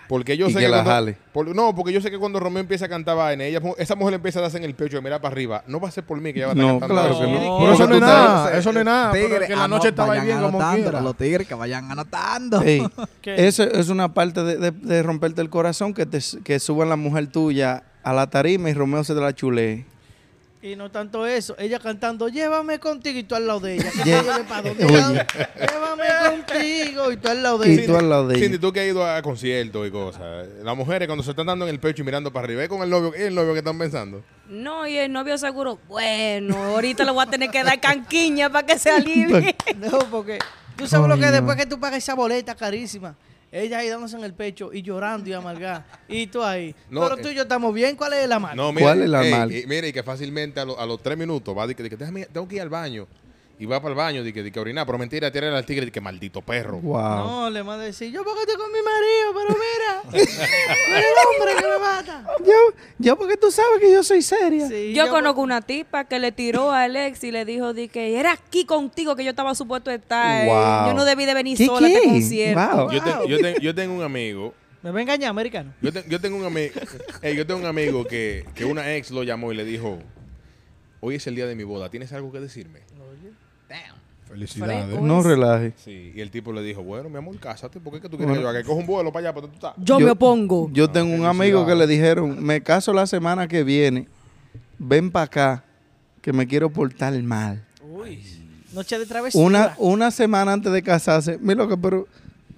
S1: Porque yo
S4: Y
S1: sé
S4: que la
S1: cuando-
S4: jale.
S1: por- no, porque yo sé que cuando Romeo empieza a cantar vaina, ella, esa mujer le empieza a darse en el pecho y mirar para arriba. No va a ser por mí que ella va a estar
S4: No,
S1: cantando
S4: claro
S1: eso.
S4: que no.
S5: Pero eso no
S4: Porque
S5: es
S4: tú
S5: nada,
S2: Entonces,
S5: eso no es nada.
S2: tigre,
S5: Porque
S2: ah,
S5: la
S2: no,
S5: noche estaba ahí
S2: vayan
S5: bien como
S2: anotando,
S5: quiera.
S2: Los tigres que vayan anotando.
S4: Ey,
S3: ¿Qué?
S4: eso es una parte de, de- de romperte el corazón que te que suban la mujer tuya a la tarima y Romeo se te la chulee.
S3: Y no tanto eso, ella cantando, llévame contigo y tú al lado de ella.
S4: Ye-
S3: Llévame pa' donde
S4: Oye.
S3: ella. Llévame contigo y tú al lado de
S4: Y
S3: ella.
S4: tú al lado de ella.
S1: Cindy, tú que has ido a conciertos y cosas. Las mujeres cuando se están dando en el pecho y mirando para arriba, es con el novio, es el novio que están pensando.
S6: No, y el novio seguro, bueno, ahorita le voy a tener que dar canquiña para que se alivie.
S3: No, porque tú sabes lo que
S4: Coño.
S3: después que tú pagas esa boleta carísima, ella ahí dándose en el pecho y llorando y amargada. Y tú ahí.
S1: No,
S3: Pero
S1: eh.
S3: tú y yo estamos bien, ¿cuál es la mala?
S1: No,
S4: ¿Cuál es la
S1: ey,
S4: mal?
S1: y mira, y que fácilmente a, lo- a los tres minutos va de que, de que, "Déjame- tengo que ir al baño. Y va para el baño, de que, de que a orinar. Pero mentira, tira al tigre, de que maldito perro.
S4: Wow.
S3: No, le manda a decir, yo porque estoy con mi marido, pero mira, mira el hombre que me mata.
S4: Yo, yo porque tú sabes que yo soy seria.
S3: Sí,
S6: Yo conozco una tipa que le tiró a Alex y le dijo di que era aquí contigo que yo estaba supuesto a estar.
S4: Wow.
S6: Yo no debí de venir
S4: ¿Qué,
S6: sola a este
S4: qué?
S6: concierto.
S4: Wow.
S1: Yo, te- yo te- yo tengo un amigo.
S3: Me va a engañar, americano.
S1: Yo, te- yo tengo un amigo. yo tengo un amigo que, que una ex lo llamó y le dijo: Hoy es el día de mi boda, ¿tienes algo que decirme?
S5: Felicidades.
S3: Pues,
S4: No relaje.
S1: Sí. Y el tipo le dijo: Bueno, mi amor, cásate. ¿Por qué que tú quieres que yo haga? Que coja un vuelo para allá, para donde tú estás.
S6: Yo,
S4: Yo-
S6: me opongo.
S4: Yo tengo un amigo que le dijeron, me caso la semana que viene, ven para acá, que me quiero portar mal.
S3: Uy, noche de travesura.
S4: Una, una semana antes de casarse, mi loco, pero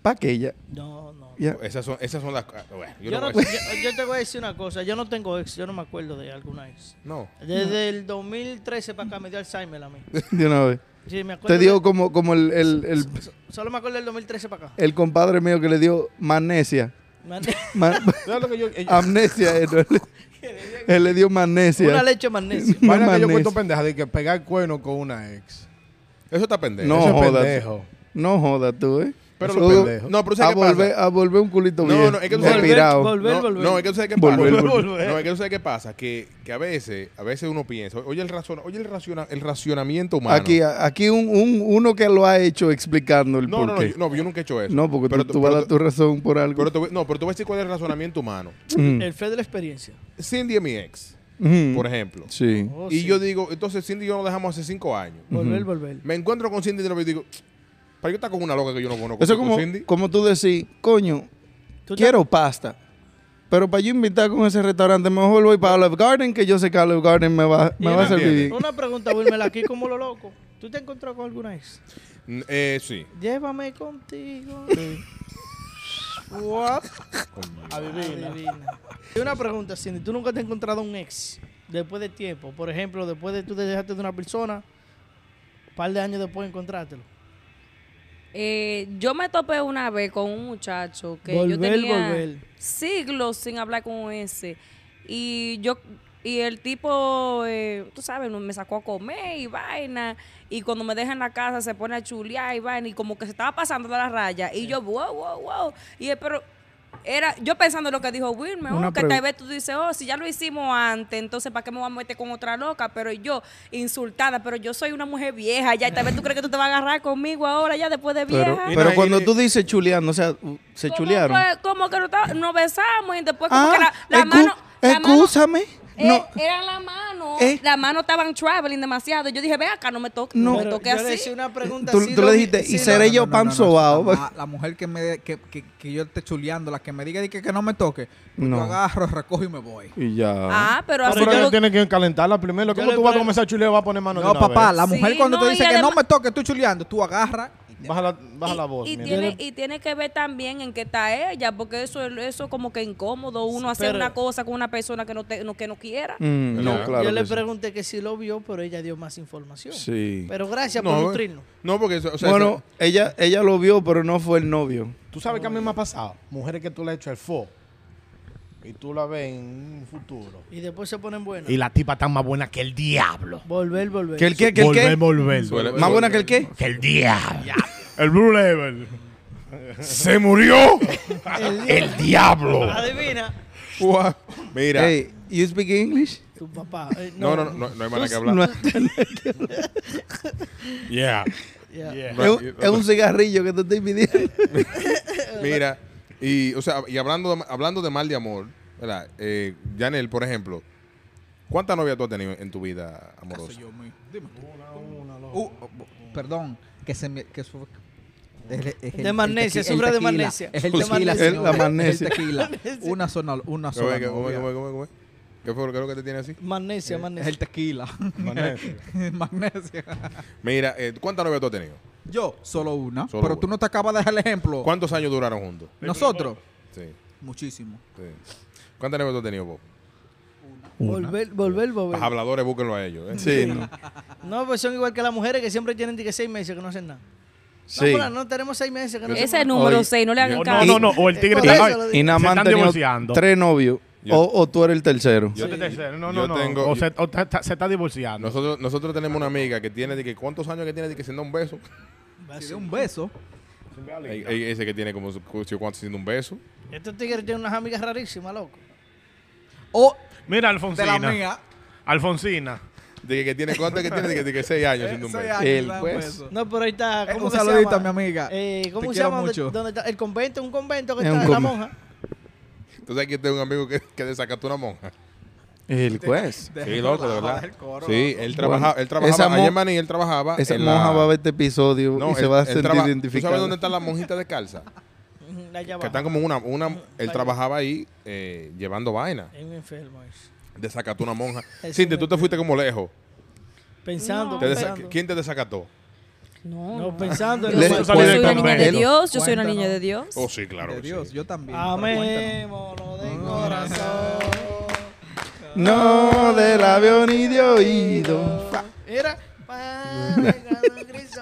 S4: ¿para qué ya?
S3: No, no.
S4: Ya.
S1: Esas son, esas son las. ah, Bueno, yo,
S3: Yo,
S1: no,
S3: no-
S1: voy a decir-
S3: yo- yo te voy a decir una cosa, yo no tengo ex, yo no me acuerdo de alguna ex.
S1: No.
S3: Desde el 2013 para acá me dio Alzheimer a mí.
S4: De una vez.
S3: Sí, me acuerdo
S4: Te digo
S3: de-
S4: como, como el, el, el,
S3: solo me acuerdo del 2013 para acá.
S4: el compadre mío que le dio magnesia. Ma-
S5: ¿Sabes lo que yo- eh,
S4: amnesia. eh, no, él, él le dio magnesia.
S3: Una leche de magnesio.
S5: vaina que yo
S4: Manes.
S5: cuento pendeja de que pegar el cuerno con una ex.
S1: Eso está pendejo.
S4: No
S5: Eso es
S4: jodas.
S5: pendejo.
S4: No jodas tú, ¿eh?
S1: Pero
S4: Eso-
S1: lo pendejo. No, pero
S4: a,
S1: ¿sabes qué pasa?
S4: volver, ah, a volver un culito
S1: No,
S4: bien.
S1: no, es que tú sabes-
S4: respirado.
S3: Volver,
S1: no,
S3: volver.
S1: no, es que tú sabes qué pasa.
S4: Volver,
S3: volver.
S1: No, es que tú sabes qué pasa. Que, que a veces, a veces uno piensa, oye, el, razona, oye el, raciona- el racionamiento humano.
S4: Aquí, a- aquí un, un- uno que lo ha hecho explicando el
S1: no,
S4: por
S1: no, no,
S4: qué.
S1: yo- no, yo nunca he hecho eso.
S4: No, porque
S1: Pero
S4: tú,
S1: te-
S4: tú vas a
S1: pero
S4: dar
S1: te-
S4: tu razón por algo.
S1: pero te voy- No, pero tú vas a decir cuál es el razonamiento humano.
S4: Mm,
S3: El fe de la experiencia.
S1: Cindy es mi ex,
S4: mm.
S1: por ejemplo.
S4: Sí.
S3: Oh,
S1: y
S3: sí.
S1: yo digo, entonces Cindy y yo nos dejamos hace cinco años.
S3: Volver, volver.
S1: Me encuentro con Cindy y le digo, ¿para qué estás con una loca que yo no conozco?
S4: Eso es
S1: ¿Tú con
S4: como,
S1: Cindy?
S4: como tú decís, coño,
S3: Tú te-
S4: quiero pasta. Pero para yo invitar con ese restaurante, mejor voy para Olive Garden, que yo sé que Olive Garden me va,
S3: Y
S4: me va a
S3: una-
S4: servir bien.
S3: Una pregunta, Wilmer, aquí como lo loco. ¿Tú te encontrado con alguna ex?
S1: Mm, eh, sí.
S3: Llévame contigo. What? Adivina. Y una pregunta, Cindy. ¿Tú nunca te has encontrado un ex después de tiempo? Por ejemplo, después de tú te dejaste de una persona, un par de años después encontrártelo.
S6: Eh, yo me topé una vez con un muchacho que yo
S3: Volver,
S6: tenía
S3: volver.
S6: siglos sin hablar con ese. Y yo y el tipo, eh, tú sabes, me sacó a comer y vaina. Y cuando me deja en la casa se pone a chulear y vaina. Y como que se estaba pasando de la raya. Y yo, wow, wow, wow. Y él, pero era, yo pensando lo que dijo Wilmer,
S4: Una
S6: oh, que
S4: pregu-
S6: tal vez tú dices, oh, si ya lo hicimos antes, entonces ¿para qué me voy a meter con otra loca? Pero yo, insultada, pero yo soy una mujer vieja ya, y tal vez tú crees que tú te vas a agarrar conmigo ahora ya después de vieja.
S4: Pero,
S1: Y
S4: pero
S1: no, y
S4: cuando
S1: le-
S4: tú dices chuleando, o sea, u- se
S6: Como
S4: chulearon.
S6: fue- Como que no estaba- nos besamos y después como que
S4: Ah,
S6: la, la
S4: excu-
S6: mano... la mano-
S4: excúsame.
S6: eh,
S4: no,
S6: Era la mano,
S4: Eh.
S6: la mano estaban traveling demasiado. Yo dije, ve acá, no me toques,
S4: No.
S6: no, me
S3: Pero
S6: toques
S3: yo le hice
S6: así.
S3: una pregunta
S4: Tú-
S3: así,
S4: tú le
S3: Romy,
S4: dijiste,
S3: sí,
S4: y seré
S3: no,
S4: yo pues. pan sobao.
S2: La, ma- la mujer que, me, de- que, que, que yo esté chuleando, la que me diga de que, que no me toque, pues
S4: No.
S2: yo agarro, recojo y me voy.
S4: Y ya.
S6: Ah, pero
S5: Ah,
S6: así
S5: Pero
S6: como-
S5: ella tiene que calentarla primero. ¿Cómo
S3: le
S5: tú vas a
S3: pre-
S5: comenzar chuleo? Vas a poner mano de
S2: No,
S5: una
S2: papá,
S5: vez.
S2: la
S6: Sí,
S2: mujer cuando
S6: no,
S2: te
S6: y
S2: dice que no
S6: además-
S2: me toque, tú chuleando, tú agarras. y te-
S5: Baja la, baja la voz.
S6: y,
S5: mira.
S6: tiene, y tiene que ver también en qué está ella, porque eso es eso como que incómodo uno hacer
S3: pero-
S6: una cosa con una persona que no, te- no- que no quiera.
S4: Mm, no,
S1: Yo-
S4: claro.
S3: yo le
S4: que sí.
S3: pregunté que si lo vio, pero ella dio más información.
S4: Sí.
S3: Pero gracias por
S1: No, eh.
S3: nutrirnos.
S1: no, porque eso, o sea,
S4: Bueno, ella, ella lo vio, pero no fue el novio.
S5: Tú sabes que a mí me ha pasado. Mujeres que tú le has hecho el fo y tú la ves en un futuro.
S3: Y después se ponen buenas.
S5: Y la tipa tan más buena que el diablo.
S3: Volver, volver.
S4: ¿Que el qué? ¿Que el
S5: volver,
S4: qué?
S5: volver.
S1: Suele-
S5: volver.
S4: ¿Más buena que el qué?
S5: Que el diablo. el Blue Level. Se murió el diablo.
S3: Adivina.
S1: Guau. Mira.
S4: Hey, you speak English?
S3: Tu papá. eh,
S1: no, no, no, no, no hay manera que hablar.
S4: No,
S5: Yeah.
S3: Ya.
S4: es, un, es un cigarrillo que te estoy pidiendo.
S1: Mira, Y, o sea, y hablando, de- hablando de mal de amor, ¿verdad? Eh, Janel, por ejemplo, ¿cuántas novias tú has tenido en tu vida amorosa?
S2: Soy yo, muy- dime tú. Uh, oh, bo- perdón, que se me... Que su- el- el- el-
S3: De
S2: el
S3: magnesia,
S2: tequi-
S3: sufre
S2: el
S3: de
S2: tequila,
S3: magnesia.
S2: Es el
S1: Sufre
S2: de
S1: de
S2: magnesia.
S4: magnesia.
S2: no, es
S4: La
S2: el
S4: magnesia.
S2: tequila. Una sola, una
S1: ¿Cómo
S2: sola.
S1: es? ¿Cómo es?
S2: novia.
S1: ¿Cómo es? ¿Cómo es? ¿Cómo es? ¿Qué fue lo qué es lo que tiene así?
S3: Magnesia,
S2: Es
S3: magnesia.
S2: el tequila. magnesia.
S1: Mira, eh, ¿cuántas novias tú has tenido?
S2: Yo, solo una.
S1: Solo
S2: pero
S1: una.
S2: tú no te acabas de dejar el ejemplo.
S1: ¿Cuántos años duraron juntos?
S2: Nosotros,
S1: Sí,
S2: muchísimo.
S1: sí. ¿Cuántas novias tú has tenido, Bob?
S3: volver, volver, volver.
S1: Los habladores, búsquenlo a ellos. ¿eh?
S4: Sí, no.
S3: No, pues son igual que las mujeres que siempre tienen que seis meses que no hacen nada. No,
S4: Sí.
S3: pero no tenemos seis meses que no hacen
S6: Ese
S3: nada.
S6: número
S4: Oye,
S6: 6, no le hagan
S5: O
S6: caso.
S5: no, no, no. O el tigre
S3: Por
S5: está.
S3: eso
S5: ay,
S3: lo digo.
S4: Y nada
S5: Se
S4: más han
S5: están
S4: tenido
S5: divorciando.
S4: tres novios.
S1: Yo-
S4: O, o tú eres el tercero.
S1: Yo-
S5: este tercero, No,
S1: yo
S5: no, no.
S1: tengo-
S5: o
S1: yo-
S5: se, o ta- ta- se está divorciando.
S1: Nosotros, nosotros tenemos una amiga que tiene, de que ¿cuántos años que tiene de que se da un beso?
S2: Si de un beso,
S1: Ey, ey, ese que tiene como su cucho, cuánto siendo un beso.
S3: Estos tigres tienen unas amigas rarísimas, loco.
S2: o
S5: Mira,
S2: de la
S5: Alfonsina.
S2: mía,
S5: Alfonsina.
S1: De que, que tiene, ¿cuánto que tiene? De que, de que seis años siendo un
S2: soy
S1: beso.
S2: ángel,
S4: El pues.
S2: da
S4: beso.
S2: beso.
S3: No, pero ahí está.
S2: Eh,
S3: ¿cómo
S2: un
S3: que se
S2: saludito
S3: llama?
S2: a mi amiga.
S3: Eh, ¿Cómo
S2: Te
S3: se
S2: quiero
S3: llama?
S2: mucho.
S3: ¿Dónde- dónde está? El convento, un convento que
S4: Es
S3: está
S4: un
S3: en la
S4: convento.
S3: monja.
S1: Entonces aquí tengo un amigo que, que desacató una monja.
S4: El juez.
S2: Deja
S1: Sí,
S2: el
S1: loco, de
S2: coro,
S1: verdad.
S2: deja el coro,
S1: Sí,
S2: loco.
S1: él
S4: Bueno,
S1: trabajaba, él
S4: esa
S1: trabajaba,
S4: mo-
S1: allá en Maní, él trabajaba.
S4: Esa
S1: Ah, en la-
S4: monja va a ver este episodio
S1: No,
S4: y se
S1: él-
S4: va a
S1: él
S4: sentir
S1: traba- ¿Tú
S4: identificada.
S1: sabes dónde están las monjitas de calza?
S3: Ujú, La
S1: Que
S3: llamaba.
S1: están como una, una él
S3: Vaya.
S1: trabajaba ahí eh, llevando vaina.
S3: Es un enfermo eso.
S1: Desacató una monja.
S3: Es
S1: Cintia,
S3: un
S1: tú te fuiste como lejos.
S3: Pensando,
S1: Te desa-
S3: pensando.
S1: ¿Quién te desacató?
S6: No,
S3: No, pensando. en
S6: Yo
S4: Le-
S6: soy,
S3: lo
S6: yo
S5: salí
S6: soy
S5: del
S6: una niña de
S5: convento.
S6: Dios, yo soy una
S2: Cuéntanos.
S6: niña de Dios.
S1: Oh, sí, claro.
S2: de
S1: que
S2: Dios,
S1: sí.
S2: yo también. pero cuéntanos.
S3: Amémoslo de
S2: Mm.
S3: corazón.
S4: No, del avión y de oído.
S3: Era.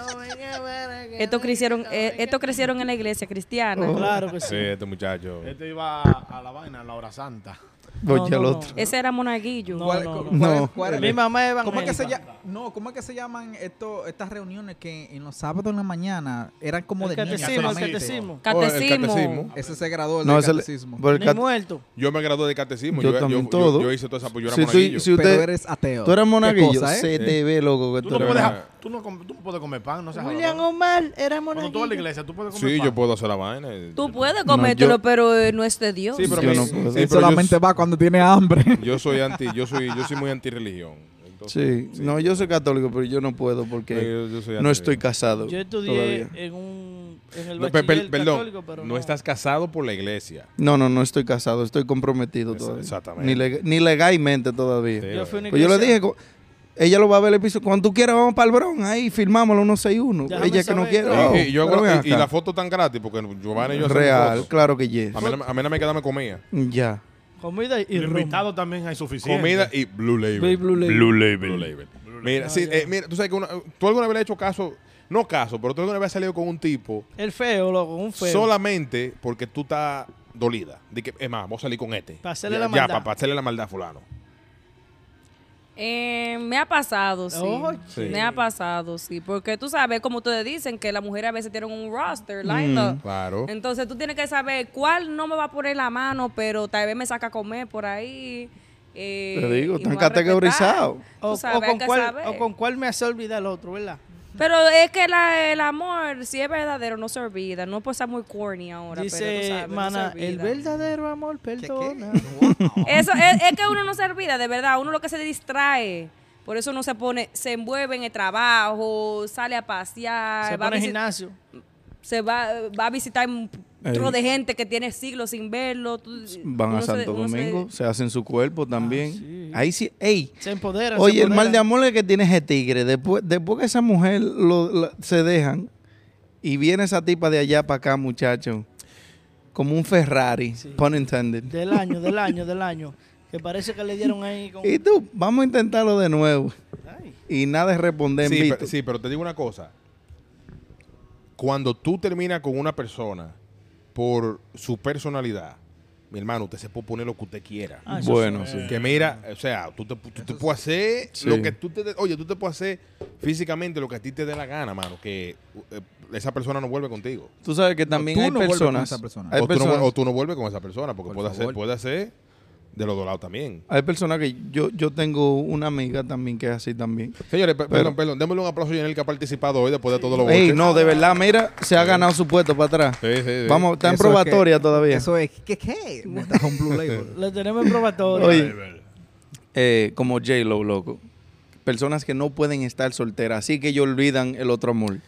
S6: Estos crecieron, eh, estos crecieron en la iglesia
S2: Oh.
S6: cristiana.
S3: Claro que sí.
S1: Sí, este muchacho.
S5: Este iba a la vaina, a la hora santa.
S4: Voy
S3: No,
S4: al
S3: no, no.
S4: otro.
S6: Ese era monaguillo.
S3: No,
S2: ¿Cuál-
S3: no,
S2: cu-
S3: no.
S2: cuál es-
S4: No.
S2: cuál es-
S3: Mi mamá es evangélica.
S2: ¿Cómo es que se llama? No, ¿cómo es que se llaman esto, estas reuniones que en los sábados en la mañana eran como
S3: El
S2: de niñas
S3: catecismo, el
S2: solamente?
S3: catecismo.
S1: Oh, el
S6: Catecismo.
S1: catecismo.
S2: Ese se graduó del
S4: No, ese le-
S2: catecismo.
S4: por el
S3: Ni
S4: cat-
S3: muerto.
S1: Yo me gradué de catecismo.
S4: Yo
S1: Yo,
S4: también todo.
S1: Yo, hice toda esa pues, yo era
S4: Sí, sí,
S1: monaguillo.
S4: sí. si usted-
S2: Pero eres ateo.
S4: Tú eres
S2: Qué
S4: monaguillo.
S2: cosa, ¿eh?
S4: Se te ve, loco. Que
S5: Tú
S4: tú
S5: no,
S4: eres
S5: puedes,
S4: monaguillo.
S5: tú, no com- tú no puedes comer pan, no seas
S3: William
S5: jalonero.
S3: Omar era
S5: Cuando tú vas a la
S3: monaguillo.
S5: iglesia, tú puedes comer
S1: Sí,
S5: pan.
S1: yo puedo hacer la vaina.
S6: Tú puedes
S4: No,
S6: comértelo,
S4: yo-
S6: pero eh, no es de Dios.
S1: Sí, pero,
S4: Yo
S1: me-
S4: no
S1: sí,
S4: puedo.
S1: pero
S2: Él solamente
S1: yo,
S2: va cuando tiene hambre.
S1: yo soy anti, yo soy, yo soy muy antirreligión. Entonces,
S4: Sí. No, yo soy católico, pero yo no puedo porque
S1: yo- yo soy
S4: no
S1: anti-
S4: estoy casado.
S3: Yo estudié
S4: todavía.
S3: en un. En el
S1: No, pe- pe-
S3: bachiller católico,
S1: perdón,
S3: pero
S1: no,
S3: no.
S1: estás casado por la iglesia.
S4: No, no, no estoy casado. Estoy comprometido
S1: Esa-
S4: todavía.
S1: exactamente.
S4: Ni, lega- ni legalmente todavía.
S1: Sí,
S3: Yo fui una
S4: Pues yo le
S3: iglesia-
S4: dije, co- ella lo va a ver el episodio. Cuando tú quieras, vamos para el bron. Ahí firmámoslo 161.
S3: Déjame
S4: Ella que no
S3: saber.
S4: quiere.
S1: Y-
S4: oh,
S1: y, yo
S4: pero
S1: hago-
S4: ven
S1: y- y
S4: acá.
S1: la foto tan gratis porque Giovanni y yo hacemos
S4: Real,
S1: fotos.
S4: claro que yes.
S1: A mí, no me- a mí no me queda me comida.
S4: Ya.
S3: Comida y
S5: Y
S3: ron.
S5: invitado también hay suficiente.
S1: Comida y Blue
S3: Blue-
S1: Label.
S3: Blue Label. Ah,
S1: Blue Label. Mira, sí, eh, mira, tú sabes que una- tú alguna vez le has hecho caso, no caso, pero tú alguna vez has salido con un tipo
S3: El feo, loco, un feo.
S1: solamente porque tú estás dolida. De que, es más, vamos a salir con este.
S3: Pa' hacerle
S1: Ya-
S3: la
S1: ya,
S3: maldad.
S1: pa- pa' hacerle la maldad a fulano.
S6: Eh, me ha pasado, sí.
S3: Oye. Sí.
S6: Me ha pasado, sí. Porque tú sabes, como ustedes dicen, que las mujeres a veces tienen un roster, lineup.
S1: Claro.
S6: Entonces tú tienes que saber cuál no me va a poner la mano, pero tal vez me saca a comer por ahí. eh,
S4: Te digo,
S6: y
S4: están
S6: me va a respetar.
S4: categorizados.
S6: Tú
S3: O,
S6: sabes,
S3: o
S6: hay
S3: con
S6: que
S3: cuál,
S6: saber.
S3: o con cuál me hace olvidar el otro, ¿verdad?
S6: Pero es que la- el amor, si es verdadero, no se olvida. No puede ser muy corny ahora. pero tú
S3: Dice,
S6: sabes, no se
S3: mana,
S6: olvida.
S3: el verdadero amor
S2: ¿Qué- qué?
S3: perdona.
S6: Eso es, es que uno no se olvida, de verdad. Uno lo que se distrae. Por eso uno se pone, se envuelve en el trabajo, sale a pasear,
S3: Se
S6: va, a
S3: pone al
S6: visi-
S3: gimnasio.
S6: se va, va a visitar un
S4: Ey.
S6: tro de gente que tiene siglos sin verlo. Tú-
S4: Van
S6: uno
S4: a
S6: se-
S4: Santo
S6: uno se-
S4: Domingo, se... hacen su cuerpo también.
S3: Ah, sí.
S4: Ahí sí, ey.
S3: Se empodera.
S4: Oye, el mal de amor es que tiene ese tigre. Después, después que esa mujer lo- la- se dejan y viene esa tipa de allá para acá, muchacho. Como un Ferrari,
S3: Sí.
S4: pun intended.
S3: Del año, del año, del año. Que parece que le dieron ahí con.
S4: Y tú, vamos a intentarlo de nuevo.
S3: Ay,
S4: Y nada es responder en
S1: Sí,
S4: visto.
S1: pero, sí, pero te digo una cosa. Cuando tú terminas con una persona por su personalidad, mi hermano, usted se puede poner lo que usted quiera.
S3: ah, eso
S4: Bueno, sí.
S1: Que mira, o sea, tú te, tú te puedes hacer
S4: Sí.
S1: lo que tú te... Oye, tú te puedes hacer físicamente lo que a ti te dé la gana, mano, que eh, esa persona no vuelve contigo.
S4: Tú sabes que también
S2: tú
S4: hay
S2: no vuelves con
S4: personas.
S2: esa persona.
S4: hay
S1: o, tú no,
S4: personas-
S1: o tú no vuelves con esa persona, porque
S2: Por
S1: puede hacer,
S2: favor.
S1: puede hacer de los dos lados también.
S4: Hay personas que yo, yo tengo una amiga también que es así también.
S1: Señores, pe-
S4: Pero-
S1: perdón, perdón, démosle un aplauso a Yanel que ha participado hoy después de todos los votos.
S4: Ey, no, de verdad, mira, se ha ganado su puesto para atrás.
S1: Sí, sí, sí.
S4: Vamos, está en
S2: Eso es
S4: probatoria
S2: que-
S4: todavía.
S2: Eso es. ¿Qué qué? Me trajo un Blue Label.
S3: Lo tenemos en probatorio.
S4: Oye, eh, como J-Lo, loco. Personas que no pueden estar solteras, así que ellos olvidan el otro amor.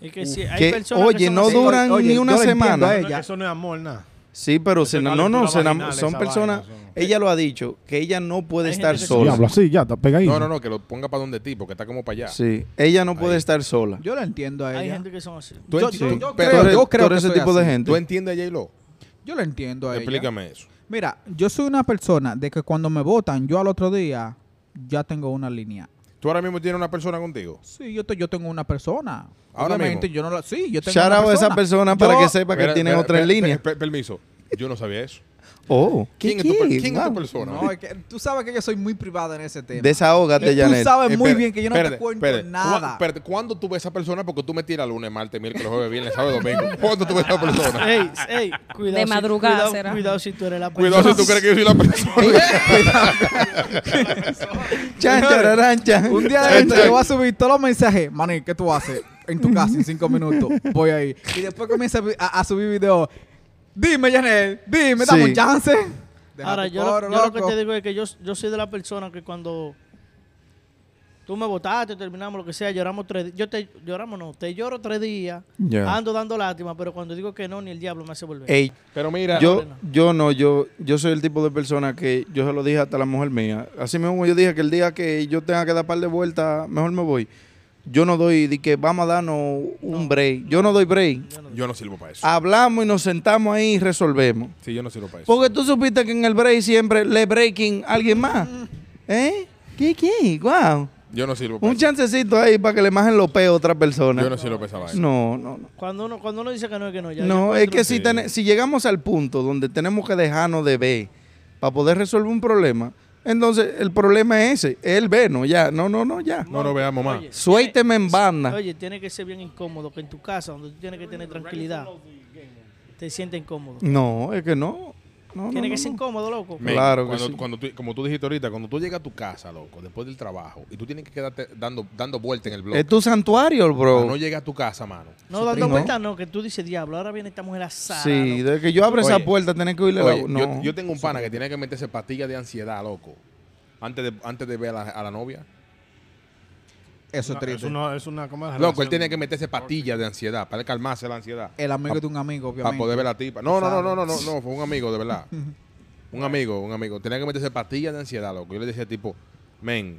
S3: Es que sí, hay
S4: uh, que,
S3: personas que
S4: oye,
S3: son
S4: no
S3: así.
S4: dura- duran ni
S2: yo
S4: una
S2: la entiendo
S4: semana.
S2: a
S5: Eso no-
S2: ella.
S5: Eso no es amor, nada.
S4: Sí, pero
S5: Eso
S4: se
S5: es
S4: enam-
S5: una
S4: no, no,
S5: lectura
S4: se enam-
S5: vaginal,
S4: son
S5: esa
S4: personas,
S5: vaina,
S4: ella lo ha dicho, que ella no puede
S3: Hay
S4: estar
S3: gente que se-
S4: sola.
S3: Diablo,
S5: así, ya, está pegadito.
S1: No, no, no, que lo ponga para donde ti, porque está como para allá.
S4: Sí, ella no puede
S1: Ahí.
S4: estar sola.
S2: Yo la entiendo a
S3: Hay
S2: ella.
S3: gente que son así.
S1: ¿Tú,
S2: Yo-
S1: enti-
S2: yo-
S1: tú-
S2: yo
S1: pero,
S2: creo-
S4: tú eres-
S2: yo creo
S4: tú eres
S2: que
S4: ese
S2: soy
S4: tipo de
S2: así.
S4: gente.
S1: ¿tú entiendes a J-Lo?
S2: Yo la entiendo a ella.
S1: Explícame eso.
S2: Mira, yo soy una persona de que cuando me votan, yo al otro día ya tengo una línea.
S1: ¿Tú ahora mismo tienes una persona contigo?
S2: Sí, yo, te- yo tengo una persona.
S1: Ahora
S2: Obviamente,
S1: mismo.
S2: yo no la. Sí, yo tengo
S4: Shout
S2: una
S4: out a
S2: persona.
S4: esa persona para
S2: Yo-
S4: que sepa que
S1: Espera,
S4: tienen
S1: espera,
S4: otra en
S1: espera,
S4: línea.
S1: espera, permiso, yo no sabía eso.
S4: Oh,
S1: ¿Quién, es, tu, per- quién es tu persona?
S2: No, es que tú sabes que yo soy muy privada en ese tema. Eh,
S4: Desahógate,
S2: Tú
S4: Janet.
S2: sabes muy
S1: Eh, Espérate,
S2: bien que yo no
S1: espérate,
S2: te cuento
S1: espérate. Cu-
S2: nada.
S1: espérate, ¿Cuándo tú ves a esa persona? Porque tú me tiras lunes, martes, miércoles, jueves, viernes, sábado, domingo. ¿Cuándo tú ves a esa persona?
S3: Ey, ey, cuidado.
S6: De
S3: si-
S6: madrugada
S3: cuidado-
S6: será.
S3: Cuidado si tú eres la persona.
S1: Cuidado si tú crees que yo soy la persona.
S4: Chan, chararán, chan.
S2: Un día de esto yo voy a subir todos los mensajes. Mani, ¿qué tú haces? En tu casa en cinco minutos. Voy ahí. Y después comienza a, vi- a- a subir videos. Dime, Janel. Dime,
S4: Sí.
S2: dame un chance. Deja
S3: Ahora,
S2: tu
S3: yo, lo-
S2: coro,
S3: yo lo que
S2: loco.
S3: te digo es que yo, yo soy de la persona que cuando tú me votaste, terminamos lo que sea, lloramos tres días. Yo te lloramos, no, te lloro tres días,
S4: Ya.
S3: ando dando lástima, pero cuando digo que no, ni el diablo me hace volver.
S4: Ey,
S1: Pero mira,
S4: yo, yo no, yo, yo soy el tipo de persona que yo se lo dije hasta a la mujer mía. Así mismo yo dije que el día que yo tenga que dar par de vueltas, mejor me voy. Yo no doy, di que vamos a darnos un break. Yo no doy break.
S1: yo no sirvo para
S4: Ah.
S1: eso.
S4: Hablamos y nos sentamos ahí y resolvemos.
S1: Sí, yo no sirvo para eso.
S4: Porque tú supiste que en el break siempre le breaking a alguien más.
S1: Mm.
S4: ¿Eh? ¿Qué, qué? Wow.
S1: Yo no sirvo para
S4: Un
S1: eso.
S4: chancecito ahí para que le majen los peos a otra persona.
S1: Yo no sirvo para esa vaina.
S4: No, no, no.
S3: Cuando uno, cuando uno dice que no, es que no. Ya,
S4: No,
S3: yo
S4: es que si,
S1: Sí.
S4: tene- si llegamos al punto donde tenemos que dejarnos de ver para poder resolver un problema, entonces el problema es ese, es el ver, no, ya, no, no, no, ya.
S1: No, no veamos más.
S3: Oye.
S4: Suélteme en banda.
S3: Oye, tiene que ser bien incómodo que en tu casa, donde tú tienes que tener tranquilidad, te sientes incómodo.
S4: No, es que no. no, no,
S3: Tiene
S4: no,
S3: que ser
S4: no.
S3: incómodo, loco.
S1: Men,
S4: Claro que
S1: cuando,
S4: sí.
S1: cuando tú- como tú dijiste ahorita, cuando tú llegas a tu casa, loco, después del trabajo, y tú tienes que quedarte dando, dando vuelta en el blog.
S4: Es tu santuario,
S1: para Ah, no
S4: bro.
S1: llegas a tu casa, mano.
S3: No, dando
S4: No.
S3: cuenta, no, que tú dices, diablo, ahora viene esta mujer asada.
S4: Sí,
S3: loco".
S4: desde que yo abro esa
S1: Oye,
S4: puerta, tenés que oírle
S1: Oye,
S4: la
S1: yo,
S4: no.
S1: yo tengo un pana que tiene que meterse pastillas de ansiedad, loco, antes de, antes de ver a la, a la novia.
S2: Eso es triste.
S5: Es una, es una, ¿cómo es?
S1: Loco, él
S5: Relación.
S1: tiene que meterse pastillas de ansiedad para calmarse la ansiedad.
S2: El amigo de un amigo,
S1: Para
S2: obviamente.
S1: poder ver la tipa. No, no, no, no, no, no, no, fue un amigo, de verdad. Un amigo, un amigo. Tenía que meterse pastillas de ansiedad, loco. Yo le decía, tipo, men,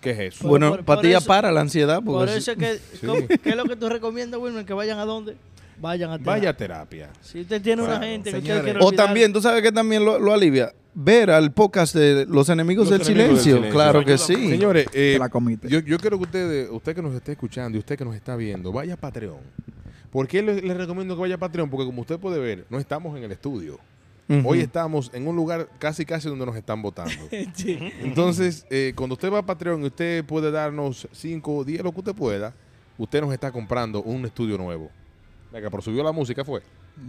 S1: ¿qué es eso?
S4: bueno,
S3: por- por
S4: patilla
S3: eso-
S4: para la ansiedad. Porque
S3: Por eso es que,
S1: Sí.
S3: ¿cómo- ¿qué es lo que tú recomiendas, Wilmer? Que vayan a dónde? Vayan a terapia.
S1: Vaya a terapia.
S3: Si usted tiene una
S1: Claro,
S3: gente que
S2: señores.
S3: usted quiere
S4: O
S3: olvidar-
S4: también, tú sabes que también lo, lo alivia. Ver al podcast de Los Enemigos,
S1: Los Enemigos
S4: del,
S1: del
S4: silencio.
S1: Silencio.
S4: Claro que sí.
S1: Señores, eh,
S2: Te la comiste.
S1: yo, yo quiero que ustedes, usted que nos esté escuchando y usted que nos está viendo, vaya a Patreon. ¿Por qué le- les recomiendo que vaya a Patreon? Porque como usted puede ver, no estamos en el estudio.
S4: Ujú.
S1: Hoy estamos en un lugar casi casi donde nos están votando.
S3: Sí.
S1: Entonces, eh, cuando usted va a Patreon y usted puede darnos 5, 10, lo que usted pueda, usted nos está comprando un estudio nuevo. La que por subió la música fue.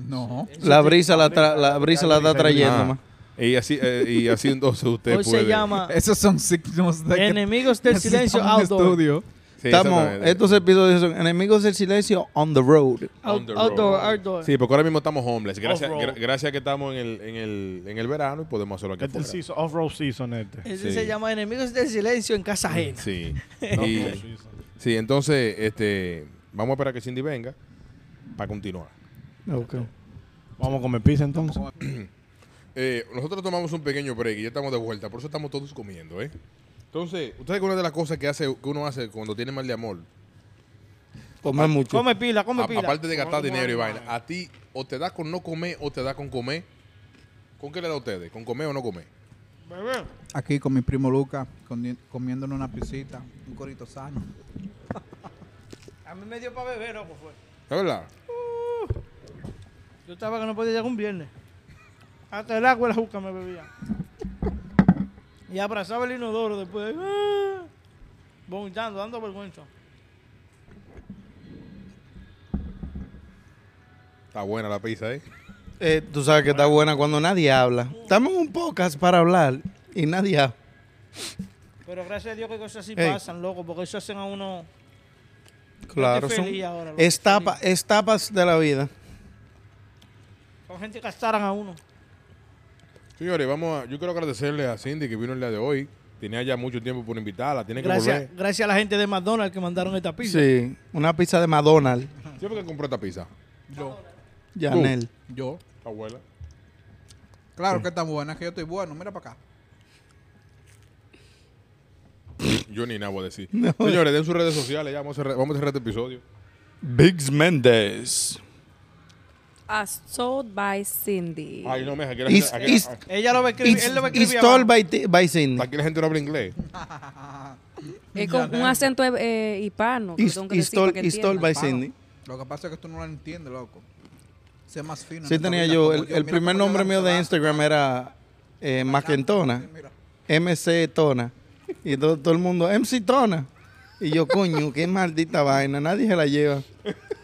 S2: No.
S4: La brisa la, tra- la brisa la está trayendo.
S1: Ah,
S4: ma.
S1: y así, eh, y así entonces usted
S3: Hoy
S1: puede.
S3: se llama
S2: Esos son signos de que
S3: Enemigos del Silencio
S2: necesitamos un
S3: Outdoor.
S2: estudio.
S1: Sí,
S4: Estamos,
S1: exactamente.
S4: estos episodios son Enemigos del Silencio on the road.
S1: On the
S3: Out- outdoor,
S1: road.
S3: outdoor.
S1: Sí, porque ahora mismo estamos homeless. Gracias,
S5: Off-road.
S1: gra- gracias a que estamos en el, en, el, en el verano y podemos hacerlo aquí
S5: Este es el
S1: afuera.
S5: season, off-road season este.
S3: Ese
S1: Sí.
S3: se llama Enemigos del Silencio en Casa Ajena.
S1: Sí.
S5: Off-road
S1: Y-
S5: season.
S1: sí, entonces, este, vamos a esperar que Cindy venga para continuar.
S5: Vamos a comer pizza entonces.
S1: Eh, nosotros tomamos un pequeño break y ya estamos de vuelta, por eso estamos todos comiendo, ¿eh? Entonces, ustedes que una de las cosas que hace que uno hace cuando tiene mal de amor,
S4: Comer mucho.
S3: Come pila, come
S1: a-
S3: pila.
S1: aparte de gastar
S5: Como- como
S1: dinero y
S5: animal.
S1: vaina, a ti o te da con no comer o te da con comer. ¿Con qué le da a ustedes? ¿Con comer o no comer?
S2: Aquí con mi primo Luca, comi- comiéndonos una pisita, un corito sano.
S3: A mí me dio para beber, loco, fue.
S1: ¿Es verdad?
S3: Yo estaba que no podía llegar un viernes. Hasta el agua y la juca me bebía. Y abrazaba el inodoro después. ¡ah! Vomitando, dando vergüenza.
S1: Está buena la pizza, ¿eh?
S4: Eh, tú sabes que está buena cuando nadie habla. Estamos en un podcast para hablar y nadie habla.
S3: Pero gracias a Dios que cosas así
S4: Ey.
S3: pasan, loco, porque eso hacen a uno.
S4: Claro,
S3: Gente
S4: son
S3: feliz ahora, loco,
S4: estapa-
S3: feliz.
S4: etapas de la vida.
S3: Son gente que castaran a uno.
S1: Señores, vamos a, yo quiero agradecerle a Cindy que vino el día de hoy. Tenía ya mucho tiempo por invitarla, tiene que
S3: Gracias,
S1: volver.
S3: gracias a la gente de McDonald's que mandaron esta pizza.
S4: Sí, una pizza de McDonald's,
S1: Siempre que compró esta pizza,
S2: Yo,
S4: Janel.
S2: yo.
S1: abuela.
S2: Claro que tan buena, que yo estoy bueno. Mira para acá.
S1: Yo ni nada voy a decir. Señores, den sus redes sociales, ya vamos a cerrar, vamos a cerrar este episodio.
S4: Biggs Méndez.
S6: As told Ah, by Cindy.
S1: Ay, no, me aquí, la
S4: Is-
S1: gente- aquí la-
S4: is-
S3: Ella lo va a escribir, él lo va a escribir.
S4: Install
S3: abajo.
S4: by, Ti- by Cindy.
S1: aquí la gente no habla inglés.
S6: Es con un acento eh, hispano. que
S4: Is-
S6: tengo que decir
S4: Install
S6: para que
S4: install by
S6: entiendan.
S2: Pano.
S4: Cindy.
S2: Lo que pasa es que tú no la entiendes, loco. Sé más fino.
S4: Sí
S2: en esta
S4: tenía
S2: vida,
S4: yo.
S2: como
S4: El, el
S2: Mira
S4: primer
S2: cómo yo
S4: nombre
S2: la
S4: mío de
S2: verdad.
S4: Instagram era eh, Maquentona.
S2: Mira.
S4: MC Tona. Y todo, todo el mundo, MC Tona. Y yo, coño, qué maldita vaina. Nadie se la lleva.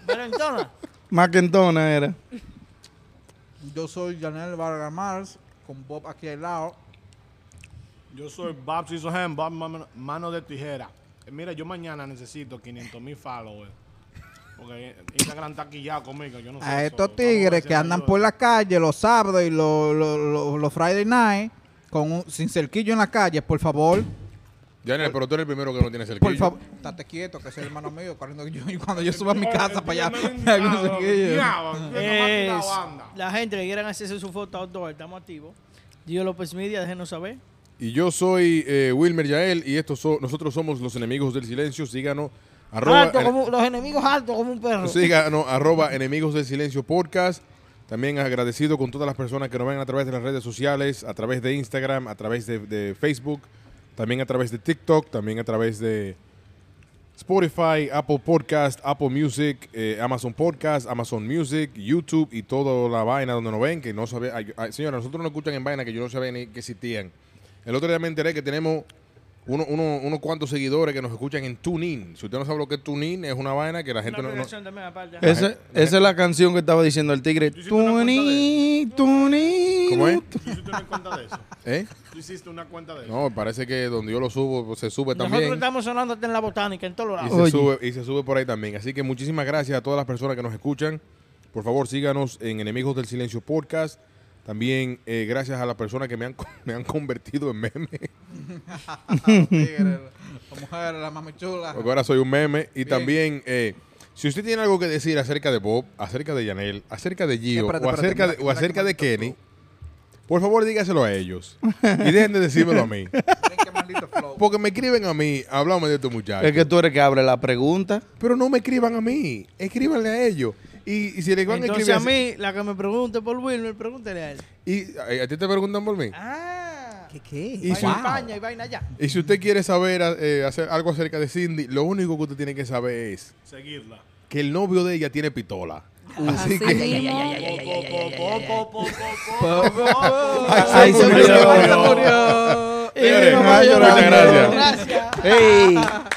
S3: Pero entonces,
S4: Maquentona era.
S2: Yo soy Janel Vargas Mars, con Bob aquí al lado.
S5: Yo soy Bob Sisohem, Bob Mano- Mano de Tijera. Eh, Mira, yo mañana necesito 500 mil followers. Porque Instagram está quillado conmigo. Yo no sé
S2: A
S5: eso.
S2: estos
S5: Vamos
S2: tigres
S5: ver si
S2: que
S5: me
S2: andan
S5: ayudan.
S2: por la calle los sábados y los los- los- los Friday night, con un, sin cerquillo en la calle, por favor.
S1: Ya, Nene, pero tú eres el primero que no tiene cerquillo.
S2: Por favor, estate quieto, que soy hermano mío. Cuando yo, y cuando yo suba a mi
S5: Oye,
S2: casa
S5: el
S2: para allá,
S5: tigre me
S2: me hago un
S5: invitaba,
S2: cerquillo.
S5: diablo, yo nomás
S3: es-
S5: tiraba banda.
S3: la gente que quieran hacerse su foto outdoor, estamos activos. Dios López Media, déjenos saber.
S1: Y yo soy eh, Wilmer Yael y estos son- nosotros somos los enemigos del silencio. Síganos arroba,
S3: Alto
S1: en-
S3: como, los enemigos altos como un perro.
S1: síganos, Pues arroba enemigos del silencio podcast. También agradecido con todas las personas que nos ven a través de las redes sociales, a través de Instagram, a través de, de Facebook, también a través de TikTok, también a través de Spotify, Apple Podcast, Apple Music, eh, Amazon Podcast, Amazon Music, YouTube y toda la vaina donde nos ven, que no sabe, ay, ay, señora, nosotros nos escuchan en vaina que yo no sabía ni que existían. El otro día me enteré que tenemos uno- uno- unos cuantos seguidores que nos escuchan en TuneIn. Si usted no sabe lo que es TuneIn, es una vaina que la gente
S3: Una
S1: no- Eh, no,
S3: aplicación también aparte.
S4: Esa, esa es la canción que estaba diciendo el tigre.
S5: hiciste una cuenta de-
S4: Tuni, Tuni.
S1: ¿Cómo es?
S5: ¿Tú hiciste una cuenta de eso?
S1: ¿Eh?
S5: ¿Tú hiciste una cuenta de eso?
S1: No, parece que donde yo lo subo pues, se sube
S3: Nosotros
S1: también.
S3: estamos sonando hasta en la botánica, en todos
S1: Y
S3: lados.
S1: se,
S4: Oye.
S1: sube, y se sube por ahí también. Así que muchísimas gracias a todas las personas que nos escuchan. Por favor, síganos en Enemigos del Silencio Podcast. También eh, gracias a las personas que me han, co- me han convertido en meme.
S2: Los tigres, la mujer, la mami chula.
S1: Porque ahora soy un meme. Y también, eh, si usted tiene algo que decir acerca de Bob, acerca de Yanel, acerca de Gio,
S2: Espérate,
S1: o
S2: espérate,
S1: acerca,
S2: mira,
S1: de, o
S2: mira
S1: acerca
S2: qué
S1: de
S2: maldito
S1: Kenny, por favor dígaselo a ellos. Y dejen de decírmelo a mí.
S2: Miren qué maldito flow.
S1: Porque me escriben a mí, hablamos de este estos muchachos.
S4: Es que tú eres que abre la pregunta.
S1: Pero no me escriban a mí, escríbanle a ellos. Y, y si le van
S3: Entonces
S1: a
S3: a
S1: escribir
S3: mí, la que me pregunte por Wilmer, pregúntele a él.
S1: así- y a, a ti te preguntan por mí.
S3: Ah,
S2: ¿Qué qué?
S1: Y
S3: vaina
S1: si-
S3: a España y vaina allá.
S1: Y si usted quiere saber a- eh, hacer algo acerca de Cindy, lo único que usted tiene que saber es
S5: Seguirla.
S1: que el novio de ella tiene pistola.
S6: Así mismo.
S4: Ay, se murió.
S3: Ay, se murió.
S1: Señores,
S4: no va
S1: muchas
S4: llorando.
S1: gracias.
S3: Gracias.
S4: ¡Ey!